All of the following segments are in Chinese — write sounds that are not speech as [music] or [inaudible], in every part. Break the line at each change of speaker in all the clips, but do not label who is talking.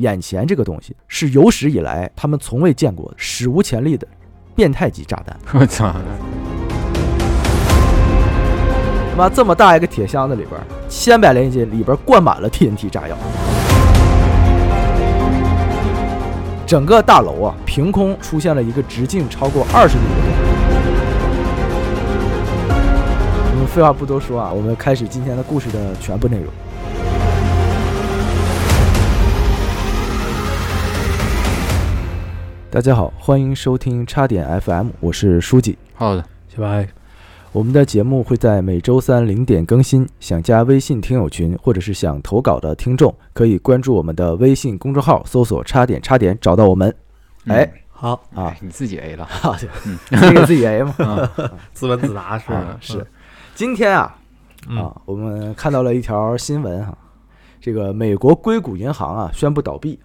眼前这个东西是有史以来他们从未见过、史无前例的变态级炸弹。
[laughs] 我操！
他妈这么大一个铁箱子里边，千百连斤，里边灌满了 TNT 炸药。整个大楼啊，凭空出现了一个直径超过二十米的洞。我们废话不多说啊，我们开始今天的故事的全部内容。大家好，欢迎收听叉点 FM，我是书记。
好的，
小白，
我们的节目会在每周三零点更新。想加微信听友群或者是想投稿的听众，可以关注我们的微信公众号，搜索“叉点叉点”找到我们。哎，
好，
嗯，
啊
哎，你自己 A 了，
好，
嗯
这个自己 A 嘛。
嗯
自问自答是
嗯
是，今天啊
嗯
啊，我们看到了一条新闻哈、这个美国硅谷银行啊宣布倒闭，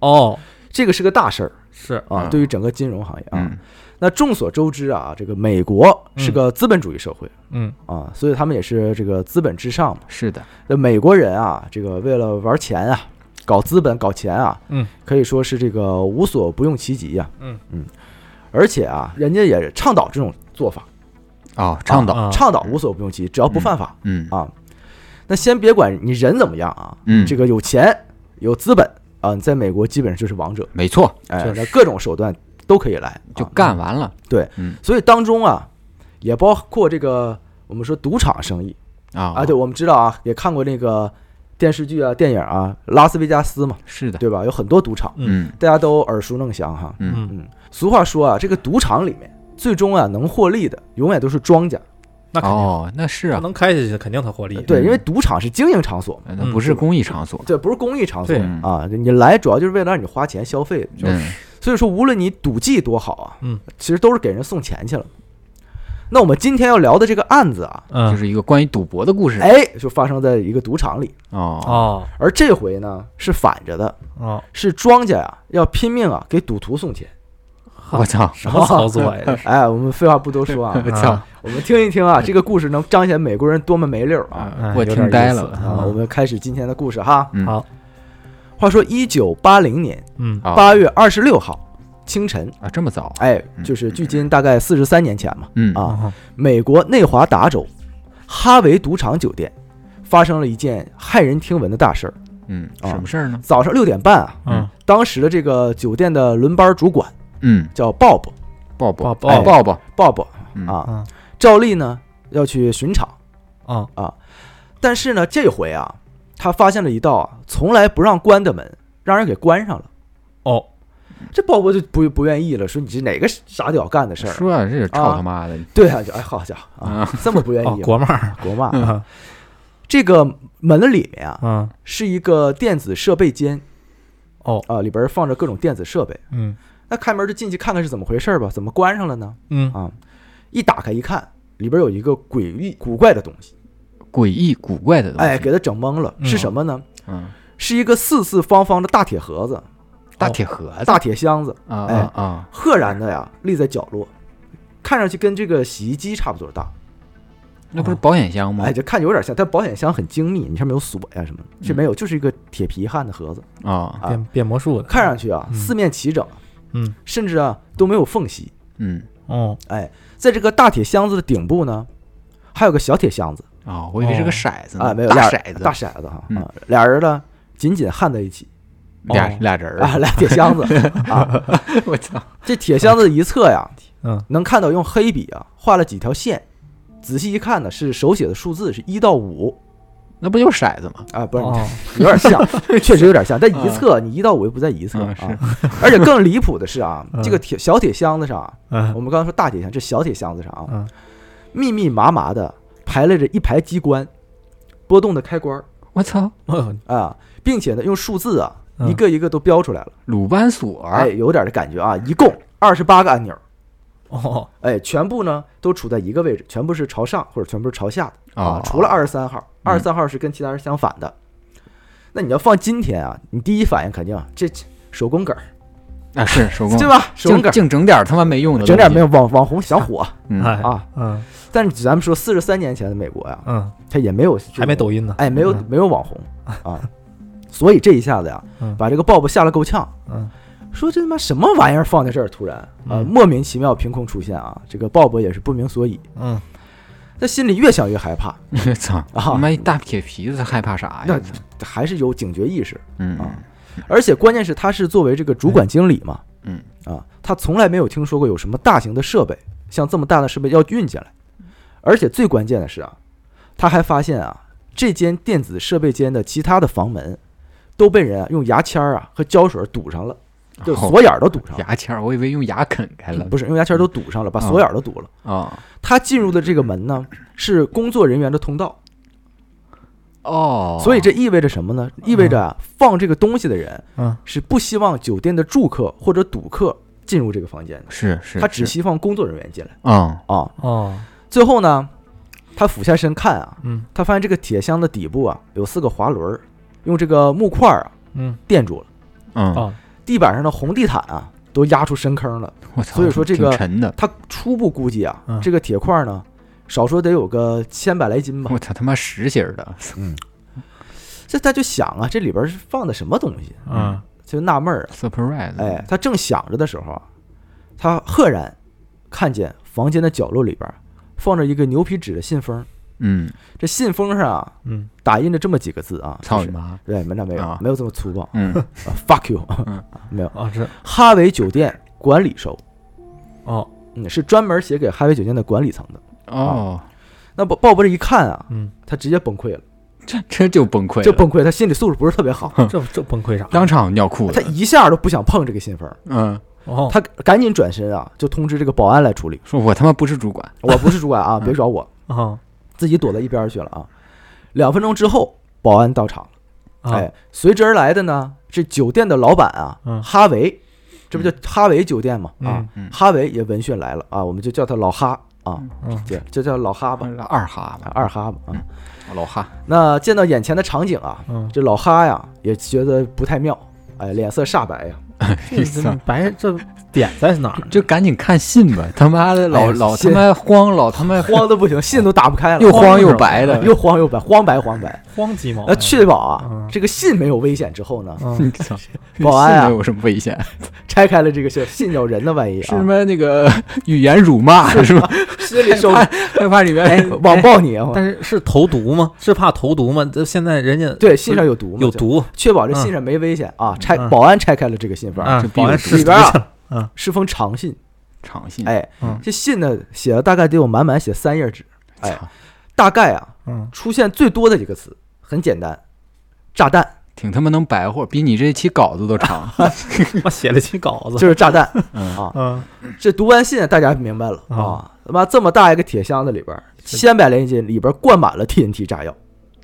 哦，
这个是个大事儿
是
啊，
嗯
对于整个金融行业啊。
嗯
那众所周知啊，这个美国是个资本主义社会、
嗯
啊，所以他们也是这个资本至上嘛。
是的，
那美国人啊，这个为了玩钱啊，搞资本、搞钱啊，
嗯，
可以说是这个无所不用其极呀、
嗯
嗯，而且啊，人家也倡导这种做法，
哦，倡导，
啊
倡导无所不用其极，只要不犯法、
嗯
啊。那先别管你人怎么样啊，
嗯，
这
个
个有钱有资本啊，你在美国基本上就是王者，
没错，
哎
确，实
那各种手段都可以来，
就
啊
干完了
所以当中啊，也包括这个我们说赌场生意
啊
啊，对，，我们知道啊，也看过那个电视剧啊、电影啊，拉斯维加斯嘛，
是的，
对吧？有很多赌场，
嗯
大家都耳熟能详哈。
嗯，
嗯，
俗话说啊，这个赌场里面最终啊能获利的，永远都是庄家。
那肯定，
哦，那是
他
啊，
能开下去，肯定他获利。嗯
对，因为赌场是经营场所嘛，
那不是公益场所，
对，不是公益场所
对
嗯
啊。你来主要就是为了让你花钱消费的，
就是
嗯
所以说无论你赌技多好啊，
嗯，
其实都是给人送钱去了。那我们今天要聊的这个案子啊，
就
嗯，
是一个关于赌博的故事，
哎，就发生在一个赌场里，
哦，
哦
而这回呢是反着的，
哦，
是庄家呀、要拼命啊给赌徒送钱。
我操，
什么哦操作呀？这是
哎，我们废话不多说啊，
我操 [laughs]
啊，
我们听一听啊，这个故事能彰显美国人多么没溜儿啊！
啊
哎
我
有
听
点
呆
意思
了，
啊
啊，我们开始今天的故事哈。
嗯
好，
话说，一九八零年
嗯
啊
八月二十六号清晨，
啊，这么早，
哎，就是距今大概四十三年前嘛，
嗯
啊，
啊
美国内华达州哈维赌场酒店发生了一件骇人听闻的大事儿。
嗯，
啊
什么事儿呢？
早上六点半啊，
嗯，
当时的这个酒店的轮班主管
嗯，
叫鲍勃，
抱抱抱
抱抱
抱抱，
鲍勃
嗯
哎啊，
嗯
照例呢要去巡场，
啊
但是呢这回啊，他发现了一道啊从来不让关的门，让人给关上了。
哦，
这鲍勃就不不愿意了，说你这哪个傻屌干的事儿？
说啊，这是
啊
操他妈的
对啊，就哎好家伙啊，
啊，
这么不愿
[laughs] 哦
意，
国贸儿，
国骂啊。
嗯
这个门的里面啊
嗯
是一个电子设备间
哦，
啊，里边放着各种电子设备。
嗯
那开门就进去看看是怎么回事吧？怎么关上了呢？
嗯
啊，一打开一看，里边有一个诡异古怪的东西，
诡异古怪的东西，
哎，给他整懵了。
嗯
是什么呢？
嗯，
是一个四四方方的大铁盒子、
大铁盒子
大铁箱子，
啊
哎
啊啊，
赫然的呀立在角落，看上去跟这个洗衣机差不多大。
那不是保险箱吗
哎，？就看着有点像，但保险箱很精密，你上面有锁呀什么的，这没有，就是一个铁皮焊的盒子，
嗯啊，
变变魔术的，
看上去啊
嗯
四面齐整，
嗯
甚至啊都没有缝隙。
嗯，
哦
哎，在这个大铁箱子的顶部呢，还有个小铁箱子
啊，我以为是个骰子
啊，
呢，
没有
大
俩
骰子，
大骰子哈，
嗯
啊俩人呢紧紧焊在一起
俩
哦
俩人儿
啊，，俩铁箱子啊，
[laughs] 我操，
这铁箱子一侧
[laughs]
呀，
嗯
能看到用黑笔啊画了几条线，仔细一看呢是手写的数字，是一到五
那不就是骰子吗？
啊，不是
哦嗯
有点
[laughs]
像，确实有点像。但一侧你一到五又不在一侧
嗯
啊
是，
而且更离谱的是啊，
嗯
这个铁小铁箱子上啊，我
嗯
们刚才说大铁箱，这小铁箱子上啊，
嗯
密密麻麻的排列着一排机关，波动的开关儿
我操，
哦
啊，并且呢用数字啊
嗯
一个一个都标出来了，
鲁班锁
哎，
儿，
有点这感觉啊，一共二十八个按钮。
哦
哎，全部呢都处在一个位置，全部是朝上或者全部是朝下的啊
哦，
除了二十三号，二十三号是跟其他人相反的。那你要放今天啊，你第一反应肯定啊这这手工梗儿，
啊是手工
对，吧？手工
净
梗儿，
净整点儿他妈没用的，
整点没有，网网红想火
嗯
哎
啊。
嗯
但是咱们说四十三年前的美国呀、
嗯，
它也没有这种
还没抖音呢，
哎，没有
嗯
没有网红啊，所以这一下子呀
嗯，
把这个鲍勃吓了够呛，
嗯
说这他妈什么玩意儿放在这儿，突然啊
嗯
莫名其妙凭空出现啊，这个鲍勃也是不明所以，
嗯
他心里越想越害怕，
操，
啊
他妈一大铁皮子，害怕啥
那
呀？
还是有警觉意识，
嗯
啊而且关键是他是作为这个主管经理嘛，
嗯
啊，他从来没有听说过有什么大型的设备，像这么大的设备要运进来。而且最关键的是啊，他还发现啊，这间电子设备间的其他的房门都被人啊用牙签儿啊和胶水堵上了，就
哦
锁眼儿都堵上了，
牙签儿，我以为用牙啃开了。
不是用牙签儿都堵上了，把
嗯
锁眼儿都堵了。
哦
他进入的这个门呢是工作人员的通道，
哦，嗯
所以这意味着什么呢？意味着啊，放这个东西的人
嗯
是不希望酒店的住客或者赌客进入这个房间的，
是是
他只
是
希望工作人员进来
嗯
啊。
哦
最后呢，他俯下身看啊，
嗯
他发现这个铁箱的底部啊有四个滑轮儿，用这个木块儿啊
嗯
垫住了，
嗯，
哦
地板上的红地毯啊都压出深坑了。
我操，
所以说这个
挺
[laughs]
沉的，
他初步估计啊，
嗯
这个铁块儿呢，少说得有个千百来斤吧
我。操他妈实心儿的，
这他就想啊，这里边是放的什么东西，
嗯
就纳闷儿啊。
surprise，
哎，，他正想着的时候啊，他赫然看见房间的角落里边放着一个牛皮纸的信封，
嗯，
这信封上啊
嗯
打印着这么几个字啊，
操
就
你
是
妈，
对，没那没有
啊
没有这么粗暴啊
嗯，
，fuck you，
嗯
[laughs] 没有。
哦是
哈维酒店管理收，
哦
嗯，是专门写给哈维酒店的管理层的。
[laughs] 哦，
那鲍鲍勃这一看啊，
嗯
他直接崩溃了，
这哦这就崩溃了，
就崩溃，他心理素质不是特别 [laughs] 好，
这这崩溃啥？
当场尿裤
他
子，
一下都不想碰这个信封，
嗯，
哦
他赶紧转身啊，就通知这个保安来处理。
说我他妈不是主管，
我不是主管啊，别找我。
哦
自己躲到一边儿去了啊。两分钟之后，保安到场了。
啊
哎，随之而来的呢是酒店的老板啊，
嗯
哈维，这不叫哈维酒店嘛？啊，
嗯
哈维也闻讯来了啊，我们就叫他老哈啊，
嗯
对，就叫老哈吧，
二
啊
哈吧，
二哈吧啊。
老哈，
那见到眼前的场景啊，
嗯，
这老哈呀也觉得不太妙，哎，脸色煞白呀。
[laughs] 这这白这点在哪
[laughs]
儿？
就赶紧看信吧， [laughs] 他妈的
哎
老
呀
老他
信
妈慌， [laughs] 老他妈
慌的不行，信都打不开了，
又
慌
慌
又
又
是
白
[laughs]
的，
又慌又白，慌白慌白。
[laughs] 慌鸡毛
那 [laughs] 确保啊
嗯，
这个信没有危险之后呢，
嗯
操
保安啊
信没有什么危险，
拆开了这个信，信有人的万一
是他
啊，
妈那个 [laughs] 语言辱骂 [laughs] 是吧？
心里受
害怕害怕里
哎
[laughs]
面，
网暴你啊！
但是是投毒吗？是怕投毒吗？这现在人家
对，信上有毒嘛，
有
就，
毒
确保这信上没危险啊。拆
嗯
保安拆开了这个信封，
啊
这！
保
必有
安
毒
试
里
毒
边啊 [laughs]
去了。嗯
是封长信。
长信，
哎
嗯，
这信呢写了大概得有满满写三页纸，哎
操，
大概啊
嗯
出现最多的几个词很简单，炸
[laughs]
弹
挺他妈能白活，比你这一期稿子都 [laughs] 长。
我写了期稿子。
就是炸弹。
嗯
啊
嗯
这读完信大家明白了啊
啊，
他妈这么大一个铁箱子里边，千百来斤，里边灌满了 TNT 炸药。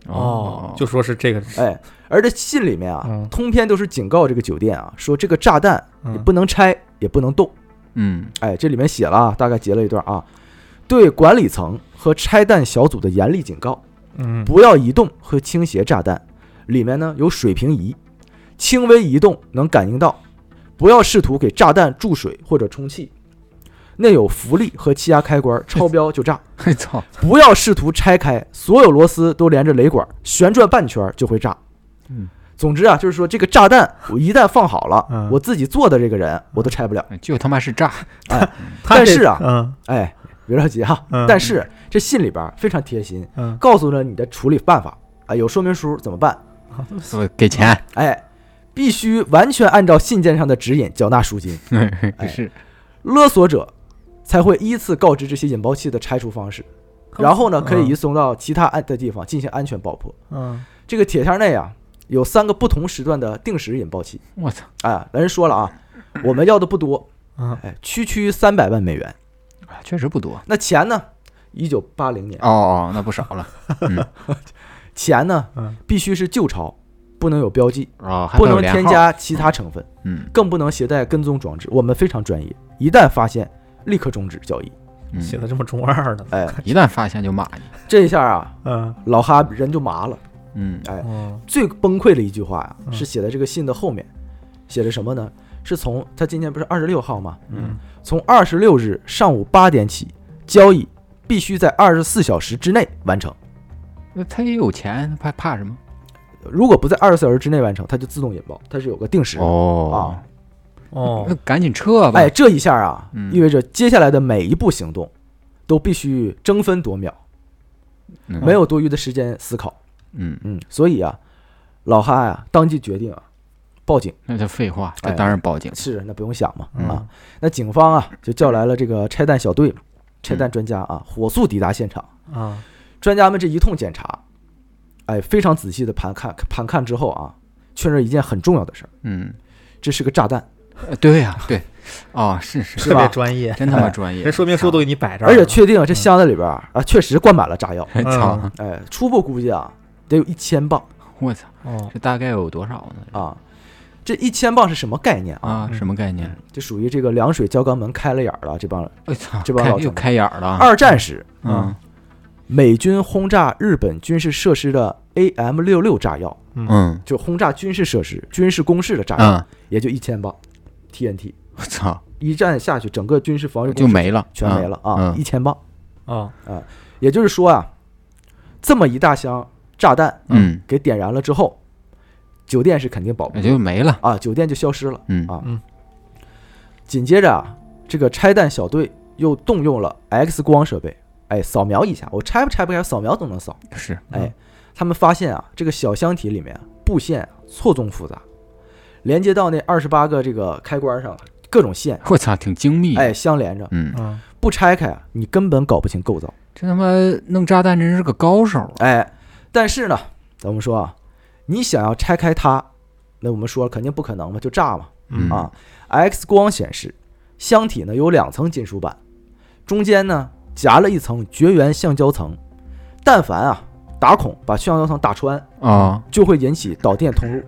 哦，就说是这个
哎，而这信里面啊
嗯，
通篇都是警告这个酒店啊，说这个炸弹你
嗯
不能拆，也不能动。
嗯 [laughs]
哎，这里面写了啊，大概截了一段啊，对管理层和拆弹小组的严厉警告，
嗯
不要移动和倾斜炸弹。里面呢有水平仪，轻微移动能感应到，不要试图给炸弹注水或者充气。内有浮力和气压开关，超标就炸。
我哎操，
不要试图拆开，所有螺丝都连着雷管，旋转半圈就会炸。
嗯，
总之啊，就是说这个炸弹我一旦放好了，
嗯
我自己做的这个人我都拆不了。
就他妈是炸， [laughs]
他
但
这
是啊
嗯
哎，别着急哈、
嗯
但是这信里边儿非常贴心，
嗯，
告诉了你的处理办法啊，有说明书怎么办？
我给钱， [laughs]
哎，必须完全按照信件上的指引缴纳赎金，
是
勒索者才会依次告知这些引爆器的拆除方式，然后呢，可以移送到其他安的地方进行安全爆破。
嗯
这个铁箱内啊，有三个不同时段的定时引爆器。
我操，
啊，人说了啊，我们要的不多，
嗯
哎，区区三百万美元。
确实不多。
那钱呢？一九八零年，
哦哦，那不少了
钱呢
嗯
必须是旧钞，不能有标记，
哦，还
不
会有
能
连
添
号，
加其他成分，
嗯，
更不能携带跟踪装置。我们非常专业，一旦发现立刻终止交易。
嗯
写的这么中二呢。
哎，
一旦发现就骂你，
这一下啊，
嗯
老哈人就麻了。
嗯
哎
哦
最崩溃的一句话呀、
嗯
是写在这个信的后面，写着什么呢？是从他今天不是二十六号吗？
嗯
从二十六日上午八点起，交易必须在二十四小时之内完成。
那他也有钱，怕怕什么？
如果不在二十四小时之内完成，它就自动引爆，它是有个定时的。
哦，
哦
那，赶紧撤吧。
哎，这一下啊，
嗯
意味着接下来的每一步行动都必须争分夺秒，
嗯
没有多余的时间思考。
嗯，
嗯，所以啊，老哈呀、当即决定啊，报警。
那就废话，
哎
这当然报警。
是，那不用想嘛、
嗯
啊。那警方啊就叫来了这个拆弹小队嘛，拆弹专家啊，火速抵达现场。
啊，
专家们这一通检查，哎，非常仔细的盘看盘看之后啊，确认一件很重要的事儿，
嗯，
这是个炸弹，
呃对呀，对，哦，是是，
[laughs] 是
特
吧
别专业，
真他妈
哎
专业。
这说明书都给你摆这儿
而
了，
且确定这箱子里边儿啊确实灌满了炸药，
哎 [laughs] 操！
哎，初步估计啊得有一千磅
我操，
哦，
这大概有多少呢？
啊。这一千磅是什么概念啊？
啊，
嗯
什么概念？
这属于这个凉水浇肛门开了眼儿了，这帮人。
我操，
这帮
开
老
又
头
开眼儿了。
二战时，
嗯
美军轰炸日本军事设施的 AM 六六炸药，
嗯
就轰炸军事设施、军事工事的炸药，
嗯，
也就一千磅 TNT。
我操，
一战下去，整个军事防御
就
工事
没了，
全没了啊，
嗯
一千磅。
哦，
也就是说啊，这么一大箱炸弹
嗯，
给点燃了之后，酒店是肯定保不
也
住
就没了。
啊，酒店就消失了。
嗯
啊
嗯
紧接着啊，这个拆弹小队又动用了 X 光设备，哎，扫描一下，我拆不拆不开，扫描都能扫。
是，
嗯
哎，他们发现啊，这个小箱体里面啊布线啊错综复杂，连接到那二十八个这个开关上了，各种线
我操，挺精密。
哎，相连着，
嗯，
嗯，
不拆开啊，你根本搞不清构造。
这他妈弄炸弹真是个高手啊。
哎，但是呢，咱们说啊，你想要拆开它，那我们说了肯定不可能嘛，就炸嘛
嗯
啊。X 光显示，箱体呢有两层金属板，中间呢夹了一层绝缘橡胶层，但凡啊打孔把橡胶层打穿，
哦
就会引起导电通路，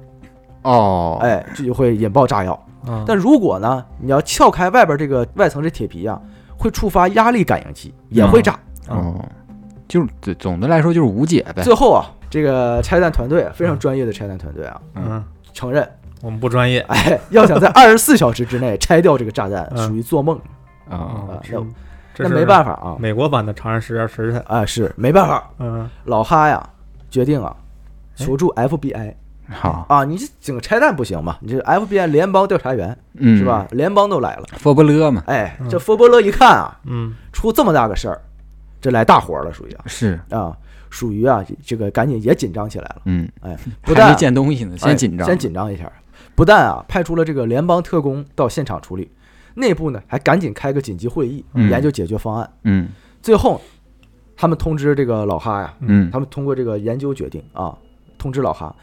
哦，
哎，这就会引爆炸药。
嗯
但如果呢你要撬开外边这个外层这铁皮啊，会触发压力感应器，也
嗯
会炸。
哦，就是总总的来说就是无解呗。
最后啊，这个拆弹团队啊非常专业的拆弹团队啊，
嗯，
承认
我们不专业，
哎，要想在二十四小时之内拆掉这个炸弹，
嗯
属于做梦，
啊，
啊
哦，
那
这
那
是
没办法啊，
美国版的《长安十二时辰》，
啊是没办法。
嗯，
老哈呀，决定啊，
哎
求助 FBI
好，
啊，你这整个拆弹不行嘛，你这 FBI 联邦调查员
嗯，
是吧？？联邦都来了，
佛不勒嘛，
哎，
嗯
这佛伯勒一看啊，
嗯，
出这么大个事儿，这来大活儿了，属于啊
是，
啊，属于啊，这个赶紧也紧张起来了，
嗯，
不
还
但
没见东西呢，
哎
先紧张，
先紧张一下。不但啊派出了这个联邦特工到现场处理，内部呢还赶紧开个紧急会议，
嗯
研究解决方案。
嗯
最后，他们通知这个老哈呀，
嗯，
他们通过这个研究决定啊，通知老哈，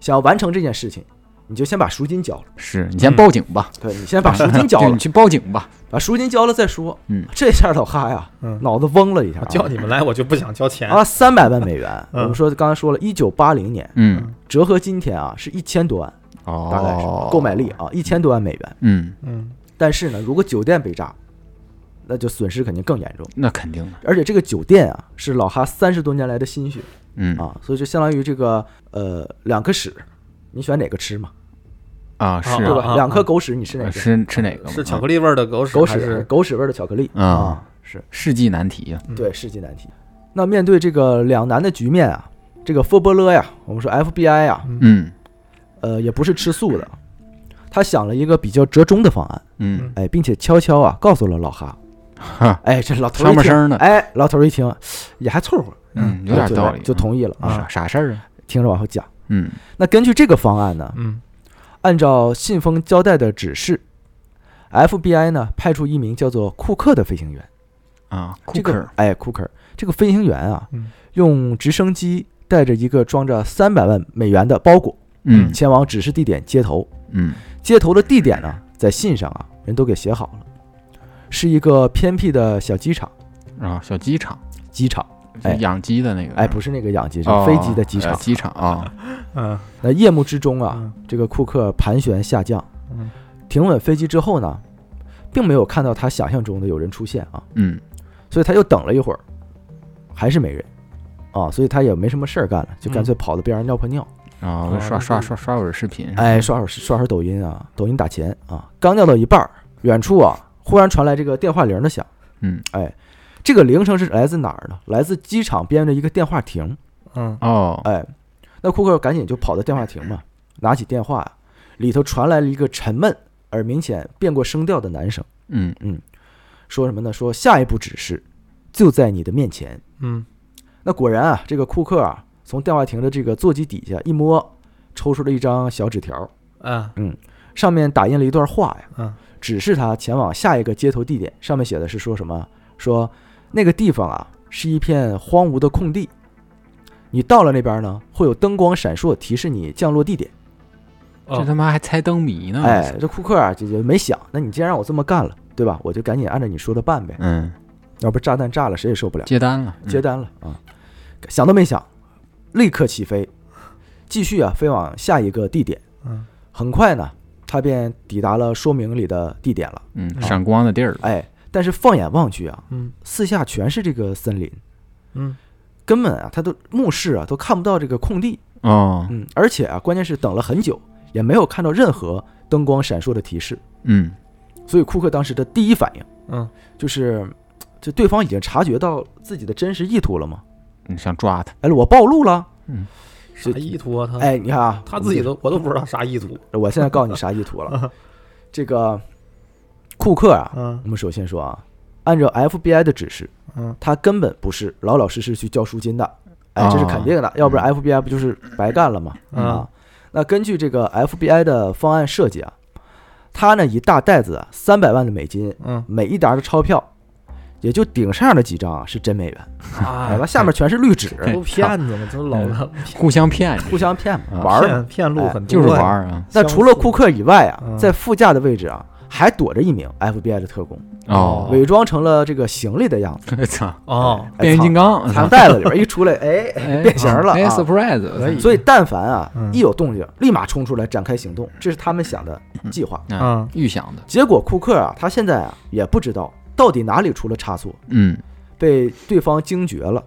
想要完成这件事情，你就先把赎金交了。
是你先报警吧，啊
对你嗯先把赎金交
对
了
[laughs] 你，去报警吧，
把赎金交了再说。
嗯，
这下老哈呀，
嗯
脑子嗡了一下
我
啊，
叫你们来，我就不想交钱，
啊，三百万美元。
嗯
我们说刚才说了，一九八零年
嗯，
折合今天啊是一千多万，
哦，
大概是购买力，啊一千多万美元。
嗯，
嗯，
但是呢，如果酒店被炸，那就损失肯定更严重。
那肯定的，
而且这个酒店啊，是老哈三十多年来的心血
嗯
啊，所以就相当于这个呃两颗屎，你选哪个吃嘛，
啊是
对
啊
吧？
啊啊
两颗狗屎你吃哪
呃
个？
吃吃哪个嘛？
是巧克
力，
力味儿的狗屎
狗
还
屎，
是
狗屎味儿的巧克力
啊
啊，是
世纪难题啊呀，
嗯
对世纪难题。那面对这个两难的局面啊，这个佛伯勒呀，我们说 FBI 呀，
嗯
呃，也不是吃素的，他想了一个比较折中的方案，
嗯，
哎，并且悄悄啊告诉了老哈，
哈，
哎，这老头儿
上
一
半
听，
身呢，
哎，老头儿一听也还凑合，
嗯，有点
就
道理，
就同意了
嗯
啊。
啥啥事儿啊？
听着往后讲。
嗯
那根据这个方案呢，
嗯
按照信封交代的指示，FBI 呢派出一名叫做库克的飞行员。
啊，库
这
克
个
尔，
哎，库克这个飞行员啊，
嗯
用直升机带着一个装着三百万美元的包裹，
嗯
前往指示地点接头。
嗯
接头的地点呢，在信上啊，人都给写好了，是一个偏僻的小机场。
啊，小机场，
机场，
就
哎
养鸡的那个，
哎，不是那个养鸡场，
嗯哦
飞机的机场
呃。机场啊，
嗯
那夜幕之中啊，
嗯
这个库克盘旋下降，
嗯
停稳飞机之后呢，并没有看到他想象中的有人出现啊，
嗯
所以他又等了一会儿，还是没人啊，所以他也没什么事儿干了，就干脆跑到边上尿泡尿，[laughs]
啊，我刷刷刷刷会儿视频，
哎，刷会儿刷会儿抖音啊，抖音打钱啊，刚尿到一半儿，远处啊忽然传来这个电话铃的响，
嗯，
哎，这个铃声是来自哪儿呢？来自机场边的一个电话亭，
嗯
哦，
哎，那库克赶紧就跑到电话亭嘛，拿起电话，里头传来了一个沉闷而明显变过声调的男声，
嗯，
说什么呢？说下一步指示就在你的面前。
嗯
那果然啊，这个库克啊，从电话亭的这个座机底下一摸，抽出了一张小纸条，
啊
上面打印了一段话呀，
嗯，
指示他前往下一个接头地点。上面写的是说什么？说那个地方啊是一片荒芜的空地，你到了那边呢，会有灯光闪烁提示你降落地点。
哦
这他妈还猜灯谜呢，
哎，这库克啊就就没想，那你既然让我这么干了，对吧？我就赶紧按照你说的办呗，
嗯，
要不炸弹炸了谁也受不了。
接单了，嗯
接单了啊！想都没想，立刻起飞，继续啊飞往下一个地点。
嗯
很快呢，他便抵达了说明里的地点了。
嗯，
啊
闪光的地儿，
哎，但是放眼望去啊，
嗯
四下全是这个森林，
嗯
根本啊他都目视啊都看不到这个空地。
哦，
嗯，而且啊，关键是等了很久也没有看到任何灯光闪烁的提示。
嗯，
所以库克当时的第一反应
嗯
就是，就对方已经察觉到自己的真实意图了嘛？
你想抓
[laughs]
他，
哎，我暴露了。
啥意图啊？他
哎，你看啊，
他自己都我都不知嗯道啥意图。
我现在告诉你啥意图了。这个库克啊，
嗯
我们首先说啊，按照 FBI 的指示，
嗯
他根本不是老老实实去交赎金的，哎，
啊
这是肯定的，要不然 FBI 不就是白干了吗？
嗯
啊，那根据这个 FBI 的方案设计啊，他呢一大袋子啊三百万的美金，
嗯
每一沓的钞票。也就顶上的几张啊是真美元，哎，
啊
完下面全是绿纸，
这不骗子吗？这老
互相骗着，
互相骗
啊
玩儿嘛。
骗骗路很
就
多
是
呀
玩儿啊，
那除了库克以外啊，
嗯
在副驾的位置啊，还躲着一名 FBI 的特工，
哦，
伪装成了这个行李的样子，
[laughs] 操，
哦，
哎
变形金刚
藏藏袋子里边，一出来，哎，
哎
[laughs] 变形了
哎
啊
，surprise，
可以
所以但凡啊
嗯
一有动静，立马冲出来展开行动，这是他们想的计划。
啊，
嗯
预想的，
结果库克啊，他现在啊也不知道到底哪里出了差错，
嗯，
被对方惊觉了。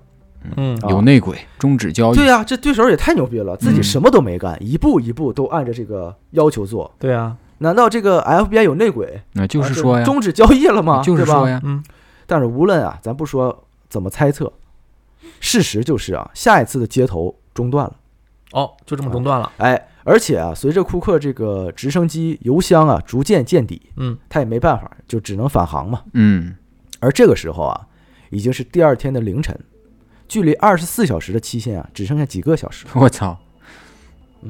嗯
啊
有内鬼，终止交易，
对啊，这对手也太牛逼了，自己
哦嗯
什么都没干，一步一步都按着这个要求做。
对啊
难道这个 FBI 有内鬼，
那就
啊
是
对
哎说呀，
终止交易了吗？
就是
对吧
说呀，
嗯
但是无论啊，咱不说怎么猜测，事实就是啊，下一次的接头中断了。
哦就这么中断了
哎，而且啊，随着库克这个直升机油箱啊逐渐见底，
嗯
他也没办法，就只能返航嘛。
嗯，
而这个时候啊，已经是第二天的凌晨，距离二十四小时的期限啊，只剩下几个小时。
我操，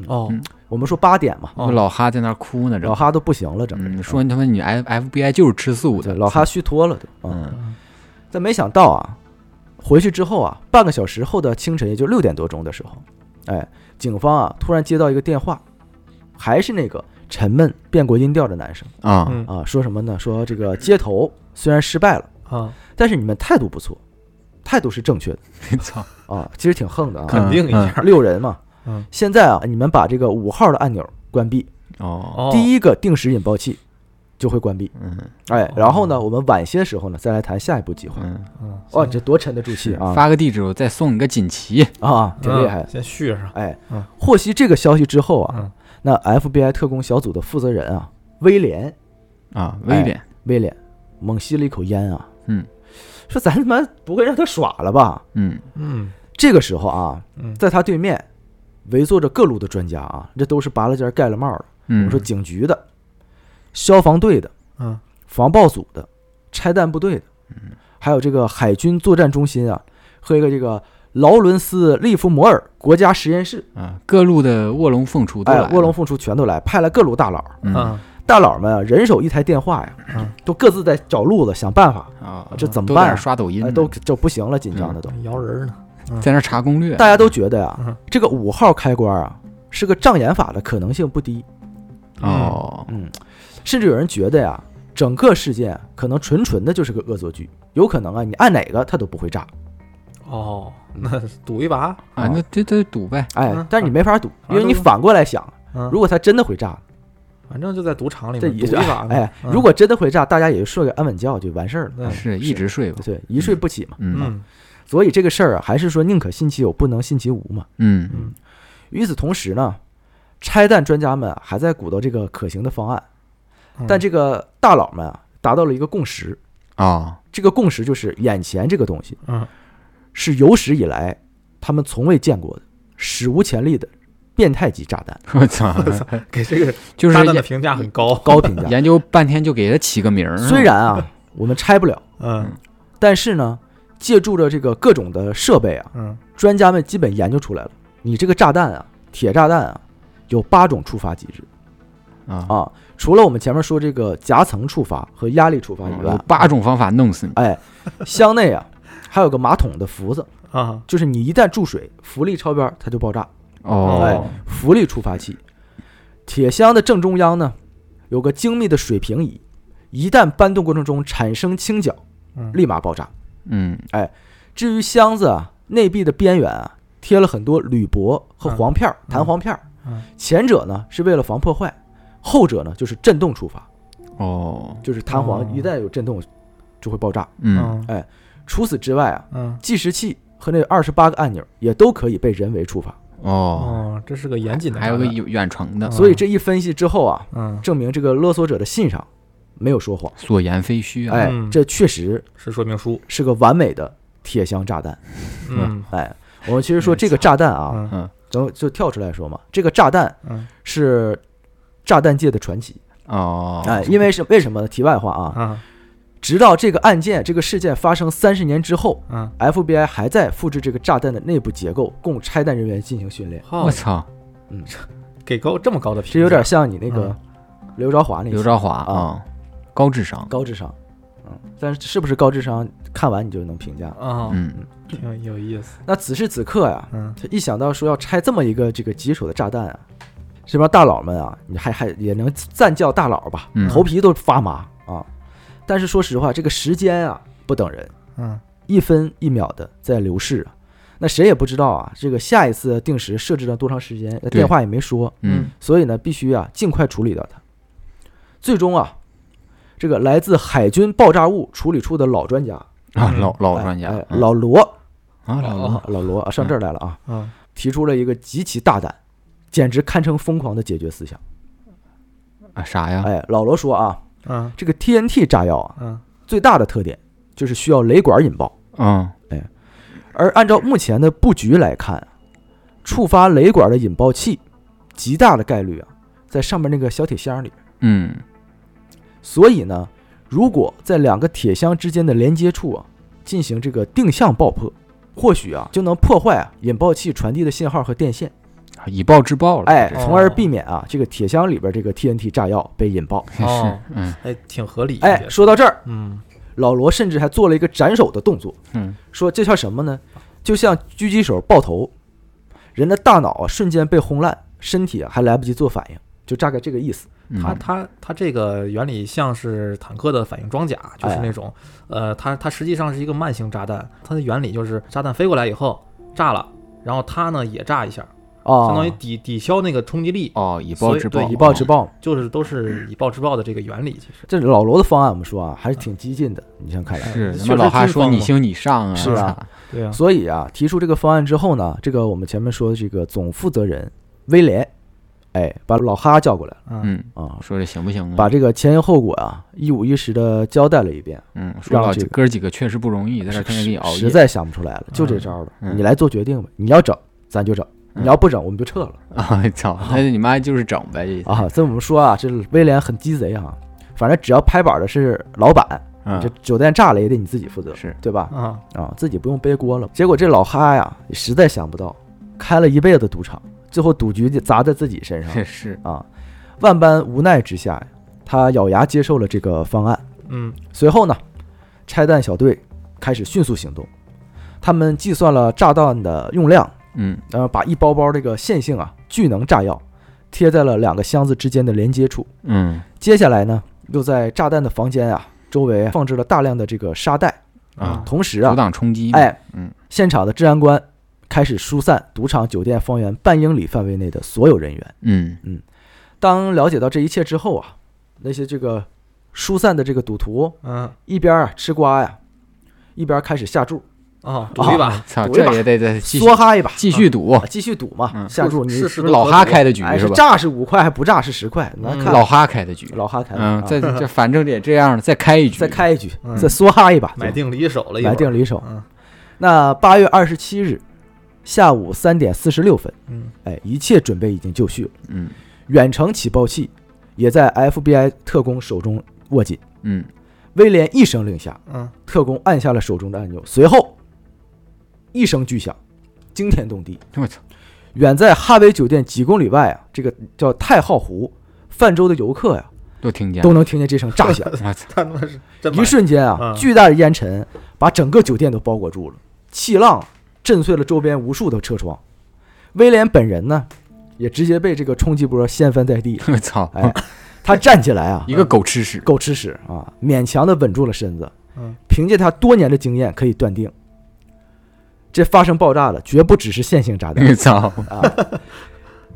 哦
嗯
我们说八点嘛，
哦
老哈在那儿哭呢，这
老哈都不行了，整个人啊
嗯，说你他妈你 F FBI 就是吃素
对
的，
老哈虚脱了都。嗯，
嗯，
但没想到啊，回去之后啊，半个小时后的清晨，也就六点多钟的时候，哎，警方啊突然接到一个电话，还是那个沉闷变过音调的男生
啊， [laughs]
嗯
啊，说什么呢？说这个接头虽然失败了，
啊
但是你们态度不错，态度是正确的 [laughs]
操，
啊，其实挺横的啊，
肯定一下
六人嘛
嗯。
现在啊，你们把这个五号的按钮关闭，
哦，
哦
第一个定时引爆器就会关闭。
嗯
哦
哎，然后呢，我们晚些时候呢再来谈下一步计划。
嗯，
嗯
哇，你这多沉得住气啊！
发个地址，我再送你个锦旗，
啊，挺厉害的
嗯。先续上
哎
嗯，
获悉这个消息之后啊，
嗯
那 FBI 特工小组的负责人啊，威廉，
啊，
哎
威廉，
威廉猛吸了一口烟啊，
嗯，
说咱他妈不会让他耍了吧？
嗯，
嗯
这个时候啊，
嗯
在他对面围坐着各路的专家啊，这都是拔了尖儿盖了帽的，我
嗯，
们说警局的、消防队的、
嗯
防暴组的、拆弹部队的，
嗯
还有这个海军作战中心啊，和一个这个劳伦斯利弗摩尔国家实验室，
啊，各路的卧龙凤雏都
哎
来，了，
卧龙凤雏全都来，派了各路大佬。
嗯
啊
大佬们啊，人手一台电话呀，
嗯
都各自在找路子、想办法，
啊，
这怎么
都在
办
那
啊
儿刷抖音
哎，
呢，
都就不行了，紧张的
嗯
都。
嗯摇人呢
在那儿查攻略，
大家都觉得呀、
嗯
这个五号开关啊是个障眼法的可能性不低，
哦，
嗯，甚至有人觉得呀、整个事件可能纯纯的就是个恶作剧，有可能啊，你按哪个它都不会炸，
哦那赌一把
啊，
哦
那这这赌呗，
哎
嗯，
但是你没法赌，因
反
为
正
你反过来想，
嗯
如果它真的会炸，
反正就在赌场里
这
面
也
赌一
是
把呗
哎，
嗯
如果真的会炸，大家也就睡个安稳觉就完事儿了，哎
嗯
是一直睡吧，
对，一睡不起嘛。
嗯
嗯
所以这个事儿啊，还是说宁可信其有，不能信其无嘛。
嗯
嗯
与此同时呢，拆弹专家们还在鼓捣这个可行的方案，
嗯
但这个大佬们啊达到了一个共识，
啊，
这个共识就是眼前这个东西
嗯
是有史以来他们从未见过的，史无前例的变态级炸弹，
我操，
给这个
就是
炸弹的评价很高。
高评价。
研究半天就给他起个名儿，
虽然啊，我们拆不了，
嗯
但是呢，借助着这个各种的设备啊，
嗯，
专家们基本研究出来了，你这个炸弹啊，铁炸弹啊，有八种触发机制
啊，
啊。除了我们前面说这个夹层触发和压力触发以
有
外，
八种方法弄死你，
哎，箱内啊，还有个马桶的浮子，
啊，
就是你一旦注水，浮力超标它就爆炸，
哦，
哎
浮力触发器。铁箱的正中央呢，有个精密的水平仪，一旦搬动过程中产生倾角，
嗯
立马爆炸。
嗯，
至于箱子啊内壁的边缘啊，贴了很多铝箔和黄片儿、
嗯
弹簧片儿。
嗯
前者呢是为了防破坏，后者呢就是震动触发，
哦，
就是弹
哦
簧一旦有震动就会爆炸。
嗯，
哎除此之外啊，
嗯
计时器和那二十八个按钮也都可以被人为触发。
哦，
嗯
哦，这是个严谨的炸
还
弹，
有个远远程的
嗯，
所以这一分析之后啊，
嗯，
证明这个勒索者的信上没有说谎。
所言非虚啊，
哎
嗯，
这确实
是说明书。
是个完美的铁箱炸弹。
嗯
哎，我们其实说这个炸弹啊，
嗯
嗯
咱们就跳出来说嘛，这个炸弹
嗯
是炸弹界的传奇。
哦，
哎，因为是为什么呢？题外话啊，
啊
直到这个案件、这个事件发生三十年之后
嗯，
，FBI 还在复制这个炸弹的内部结构，供拆弹人员进行训练。
好
我，操，
给高这么高的评价，
这有点像你那个刘朝华那
刘
次
朝华
啊
啊，高智商，
高智商，嗯，但是是不是高智商，看完你就能评价了。
啊，
嗯，
挺有意思。
那此时此刻呀、
嗯
他一想到说要拆这么一个这个棘手的炸弹啊，这帮大佬们啊，你还还也能暂叫大佬吧，
嗯
头皮都发麻啊。但是说实话，这个时间啊不等人，
嗯
一分一秒的在流逝啊。那谁也不知道啊，这个下一次定时设置了多长时间，那电话也没说，
嗯，
所以呢，必须啊尽快处理掉它。最终啊，这个来自海军爆炸物处理处的老专家，
啊，
嗯
老老专家
哎，哎
嗯
老罗，
啊，老罗，
老罗啊上这儿来了啊，
嗯，
提出了一个极其大胆，简直堪称疯狂的解决思想。
啊啥呀？
哎，老罗说啊，
嗯
这个 TNT 炸药啊，
嗯
最大的特点就是需要雷管引爆，
嗯，
而按照目前的布局来看啊，触发雷管的引爆器，极大的概率啊，在上面那个小铁箱里。
嗯
所以呢，如果在两个铁箱之间的连接处啊，进行这个定向爆破，或许啊就能破坏啊引爆器传递的信号和电线。
以暴制暴了，
哎，
这
哦
从而避免啊这个铁箱里边这个 TNT 炸药被引爆。
是
哦
是，嗯
哎，挺合理。
哎，，说到这儿，
嗯
老罗甚至还做了一个斩首的动作，
嗯，
说这叫什么呢？就像狙击手爆头，人的大脑啊瞬间被轰烂，身体啊还来不及做反应，就大概这个意思。
嗯
它它它这个原理像是坦克的反应装甲，就是那种，呃，它它实际上是一个慢型炸弹，它的原理就是炸弹飞过来以后炸了，然后它呢也炸一下，
啊，
相当于嗯抵抵消那个冲击力，
哦，以暴制
所
暴，
以对
以暴制暴。
就是都是以暴制暴的这个原理，其实。
这老罗的方案，我们说啊，还是挺激进的。你像看来，
是他妈
确实
老哈
军
说
方
你
嘛
行你上啊，
是啊
对啊，
所以啊，提出这个方案之后呢，这个我们前面说的这个总负责人威廉，哎，把老哈叫过来了
嗯
嗯，
啊，
说这行不行啊？
把这个前因后果啊一五一十的交代了一遍。
嗯，说
让
老
这个
哥几个确实不容易，在这儿天天给你熬夜，
实在想不出来了，就这招了。
嗯
你来做决定吧，你要整，咱就整；
嗯
你要不整，我们就撤了
啊，操，那你妈就是整呗，这意思
啊！这我们说啊，这威廉很鸡贼啊，反正只要拍板的是老板，这
嗯，
酒店炸了也得你自己负责，
是嗯
对吧？
啊，
啊，自己不用背锅了。结果这老哈呀，实在想不到，开了一辈子赌场，最后赌局就砸在自己身上
是，
啊！万般无奈之下呀，他咬牙接受了这个方案。
嗯
随后呢，拆弹小队开始迅速行动，他们计算了炸弹的用量。
嗯
呃，把一包包这个线性啊聚能炸药贴在了两个箱子之间的连接处。
嗯
接下来呢，又在炸弹的房间啊周围放置了大量的这个沙袋，
啊，
同时
阻
啊，
挡冲击嘛，
哎，
嗯
现场的治安官开始疏散赌场、酒店方圆半英里范围内的所有人员。
嗯
当了解到这一切之后啊，那些这个疏散的这个赌徒
嗯
一边啊吃瓜呀，一边开始下注，
哦，赌
[laughs]
一把，
操，
赌一把
这也得得继续
梭哈一把，
继续赌，
继续赌嘛，
嗯
下注你
是
是
是
不是老哈开的局
哎
是
是
吧？
炸是五块，还不炸是十块，那
嗯
看
老哈开的局，
老哈开的
嗯
啊，[laughs]
再这反正也这样了，再开一局，
再开一局，
嗯
再梭哈一把，
买定离手了，
买定离手。
嗯
那八月二十七日，下午三点四十六分，
嗯
哎，一切准备已经就绪了。
嗯
远程起爆器也在 FBI 特工手中握紧。
嗯
威廉一声令下，
嗯
特工按下了手中的按钮，随后一声巨响，惊天动地。
我操！
远在哈维酒店几公里外啊，这个叫太浩湖泛舟的游客呀、
都听见了，
都能听见这声炸响。
我操！
[laughs] 他他妈是真
一瞬间啊，
嗯
巨大的烟尘把整个酒店都包裹住了，气浪震碎了周边无数的车窗。威廉本人呢，也直接被这个冲击波掀翻在地。
我操！
哎，他站起来
[laughs]
啊，
一个狗吃屎，
狗吃屎啊，勉强的稳住了身子。
嗯
凭借他多年的经验，可以断定，这发生爆炸了，绝不只是线性炸弹
我操！
啊！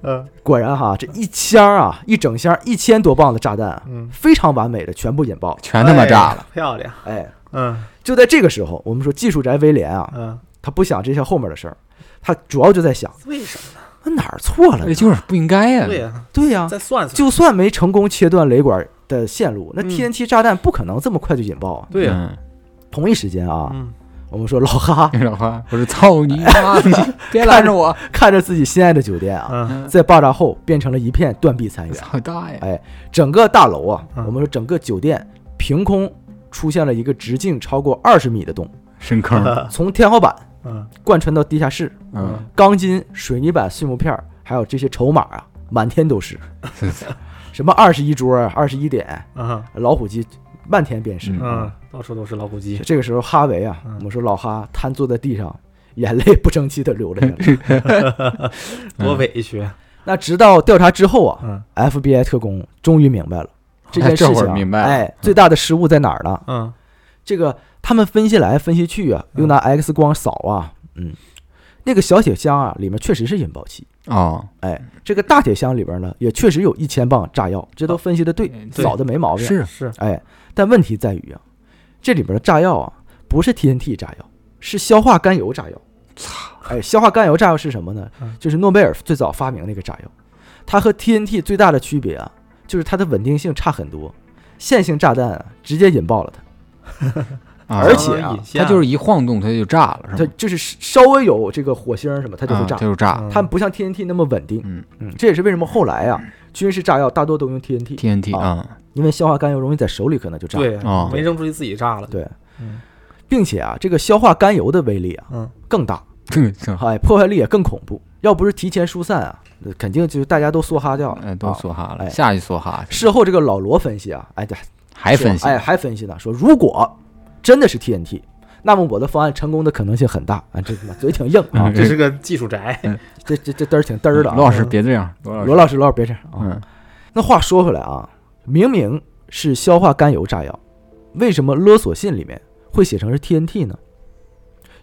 嗯
果然哈，这一箱啊，一整箱一千多磅的炸弹啊，
嗯，
非常完美的全部引爆。
全他妈炸了！
了，漂亮，
哎，
嗯
就在这个时候，我们说技术宅威廉啊，
嗯，
他不想这些后面的事儿，他主要就在想，
为什么？
那哪儿错了
那
呢？
哎就是不应该呀！
对呀，
哎对呀、
再算算，
就算没成功切断雷管的线路，那
嗯
TNT 炸弹不可能这么快就引爆啊！
对呀，
同一时间啊，
嗯
我们说老哈
嗯，老花，我说操你
[laughs]
妈！你 [laughs] 别拦着我！
看着自己心爱的酒店啊，
嗯
嗯
在爆炸后变成了一片断壁残垣，
操大
哎
爷！
整个大楼啊，
嗯
我们说整个酒店凭空出现了一个直径超过二十米的洞，
深
[laughs]
坑，
[laughs] 从天花板
嗯
贯穿到地下室，
嗯，
钢筋、水泥板、碎木片儿，还有这些筹码啊，满天都
[laughs]
是，什么二十一桌、二十一点、
嗯
老虎机，漫天遍是。
嗯，到处都是老虎机，
这个时候，哈维啊
嗯，
我们说老哈瘫坐在地上， [laughs] 眼泪不争气的流了下
[laughs]
来。
[laughs] 多委屈，啊
那直到调查之后啊，
嗯
FBI 特工终于明白
[laughs]
了这件事
这
情
会
啊，
儿明白了嗯
哎，最大的失误在哪儿呢？
嗯
这个他们分析来分析去啊，
嗯
又拿 X 光扫啊，嗯，那个小铁箱啊里面确实是引爆器，
哦，
这个大铁箱里边呢也确实有一千磅炸药，这都分析的对，
嗯对
扫的没毛病。
是
是，
哎，但问题在于啊，这里边的炸药啊不是 TNT 炸药，是硝化甘油炸药。操！哎，硝化甘油炸药是什么呢
嗯？
就是诺贝尔最早发明那个炸药，它和 TNT 最大的区别啊，就是它的稳定性差很多。线性炸弹啊，直接引爆了它。
啊
而且啊
引线
它就是一晃动它就炸了，
它
是吗？
就是稍微有这个火星儿什么，它就会
啊
炸。
就炸。
嗯
它不像 TNT 那么稳定。
嗯
嗯，这也是为什么后来啊，军事炸药大多都用 TNT，
TNT
啊
啊，
因为硝化甘油容易在手里可能就炸。
对
啊，
没扔出去自己炸了，
对
嗯
并且啊，这个硝化甘油的威力啊
嗯
更大，
这
[laughs]
这，
哎，破坏力也更恐怖。要不是提前疏散啊，那肯定就是大家都梭哈掉了。
[laughs] 哎，都
啊
梭哈
哎
了，下去梭哈去，
事后这个老罗分析啊，哎，对，
还分析
说哎，还分析呢，说如果真的是 TNT，那么我的方案成功的可能性很大。啊，这他妈嘴挺硬啊
嗯，
这是个技术宅，
这这这嘚儿挺嘚儿的啊。
罗老师别这样，罗
罗
老
老师，
师，
罗老师别这样啊。
嗯，
那话说回来啊，明明是硝化甘油炸药，为什么勒索信里面会写成是 TNT 呢？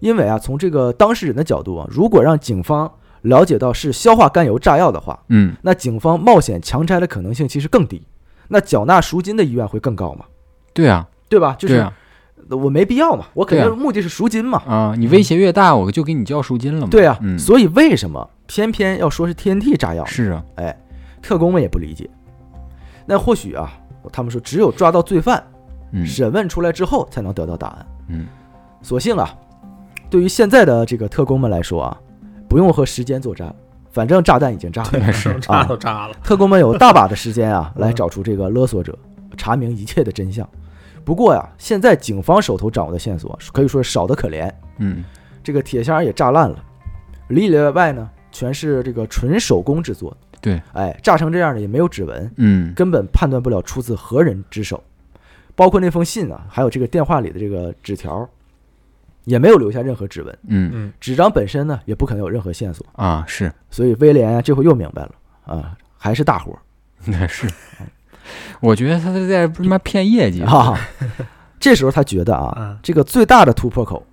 因为啊，从这个当事人的角度啊，如果让警方了解到是硝化甘油炸药的话，
嗯，
那警方冒险强拆的可能性其实更低，那缴纳赎金的意愿会更高嘛，
对啊，
对吧？就
对
是
啊，
我没必要嘛，我肯
对
定
啊
目的是赎金嘛，
啊，你威胁越大，我就给你交赎金了嘛。
对啊，
嗯，
所以为什么偏偏要说是 TNT 炸药呢？
是啊，
特工们也不理解。那或许啊，他们说只有抓到罪犯，
嗯，
审问出来之后才能得到答案。
嗯，
所幸啊，对于现在的这个特工们来说啊，不用和时间作战，反正炸弹已经炸了。
对是，
[laughs] 炸都炸了，
特工们有大把的时间
[laughs]
啊，
嗯
来找出这个勒索者，查明一切的真相。不过呀、现在警方手头掌握的线索可以说少得可怜，
嗯，
这个铁箱也炸烂了，里里外外呢全是这个纯手工制作的。
对，
哎，炸成这样的也没有指纹，
嗯，
根本判断不了出自何人之手，包括那封信啊，还有这个电话里的这个纸条，也没有留下任何指纹，
嗯，
嗯
纸张本身呢也不可能有任何线索，
啊，是， [laughs]
所以威廉啊这回又明白了啊，还是大伙儿
那是，我觉得他是在他妈骗业绩
啊。这时候他觉得啊，
啊，
这个最大的突破口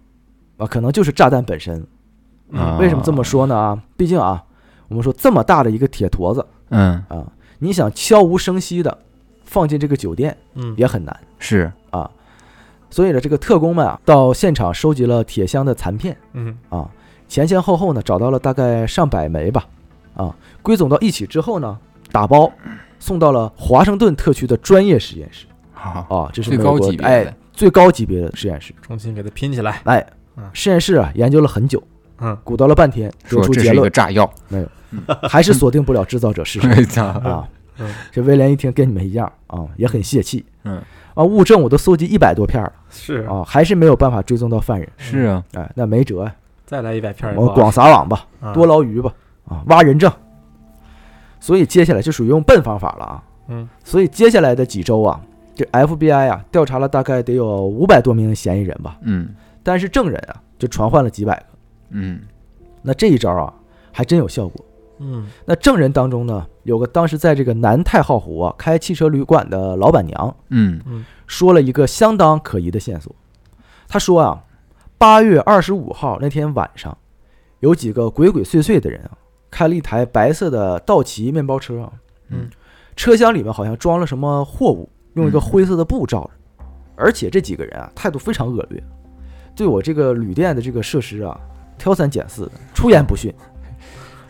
啊，可能就是炸弹本身。
嗯
啊
为什么这么说呢？啊，毕竟啊，我们说这么大的一个铁坨子
嗯，
啊，你想悄无声息的放进这个酒店
嗯
也很难。
是，
啊。所以呢，这个特工们啊，到现场收集了铁箱的残片
嗯
啊，前前后后呢，找到了大概上百枚吧，啊，归总到一起之后呢，打包送到了华盛顿特区的专业实验室
好，
啊，这是
最
美国
高级别
哎
的，
最高级别的实验室。
重新给它拼起来，
哎
嗯，
实验室啊研究了很久，
嗯，
鼓捣了半天，得
说
出
这
结
是一个
论，
炸药。
还是锁定不了制造者是
[laughs]
谁
操，
啊
嗯。
这威廉一听跟你们一样啊，也很泄气。
嗯
啊，物证我都搜集一百多片儿
是
了啊，还是没有办法追踪到犯人。
是啊，
哎，那没辙呀，
再来一百片儿也不
我
好，
广撒网吧，
啊
多捞鱼吧，啊，挖人证。所以接下来就属于用笨方法了啊。
嗯，
所以接下来的几周啊，这 FBI 啊调查了大概得有五百多名嫌疑人吧，
嗯
但是证人啊就传唤了几百个。
嗯
那这一招啊还真有效果。
嗯
那证人当中呢，有个当时在这个南太浩湖啊开汽车旅馆的老板娘，
嗯
嗯
说了一个相当可疑的线索。她说啊，八月二十五号那天晚上，有几个鬼鬼祟祟的人啊，开了一台白色的道奇面包车啊，
嗯，
车厢里面好像装了什么货物，用一个
嗯
灰色的布罩着，而且这几个人啊态度非常恶劣，对我这个旅店的这个设施啊挑三拣四的，出言不逊。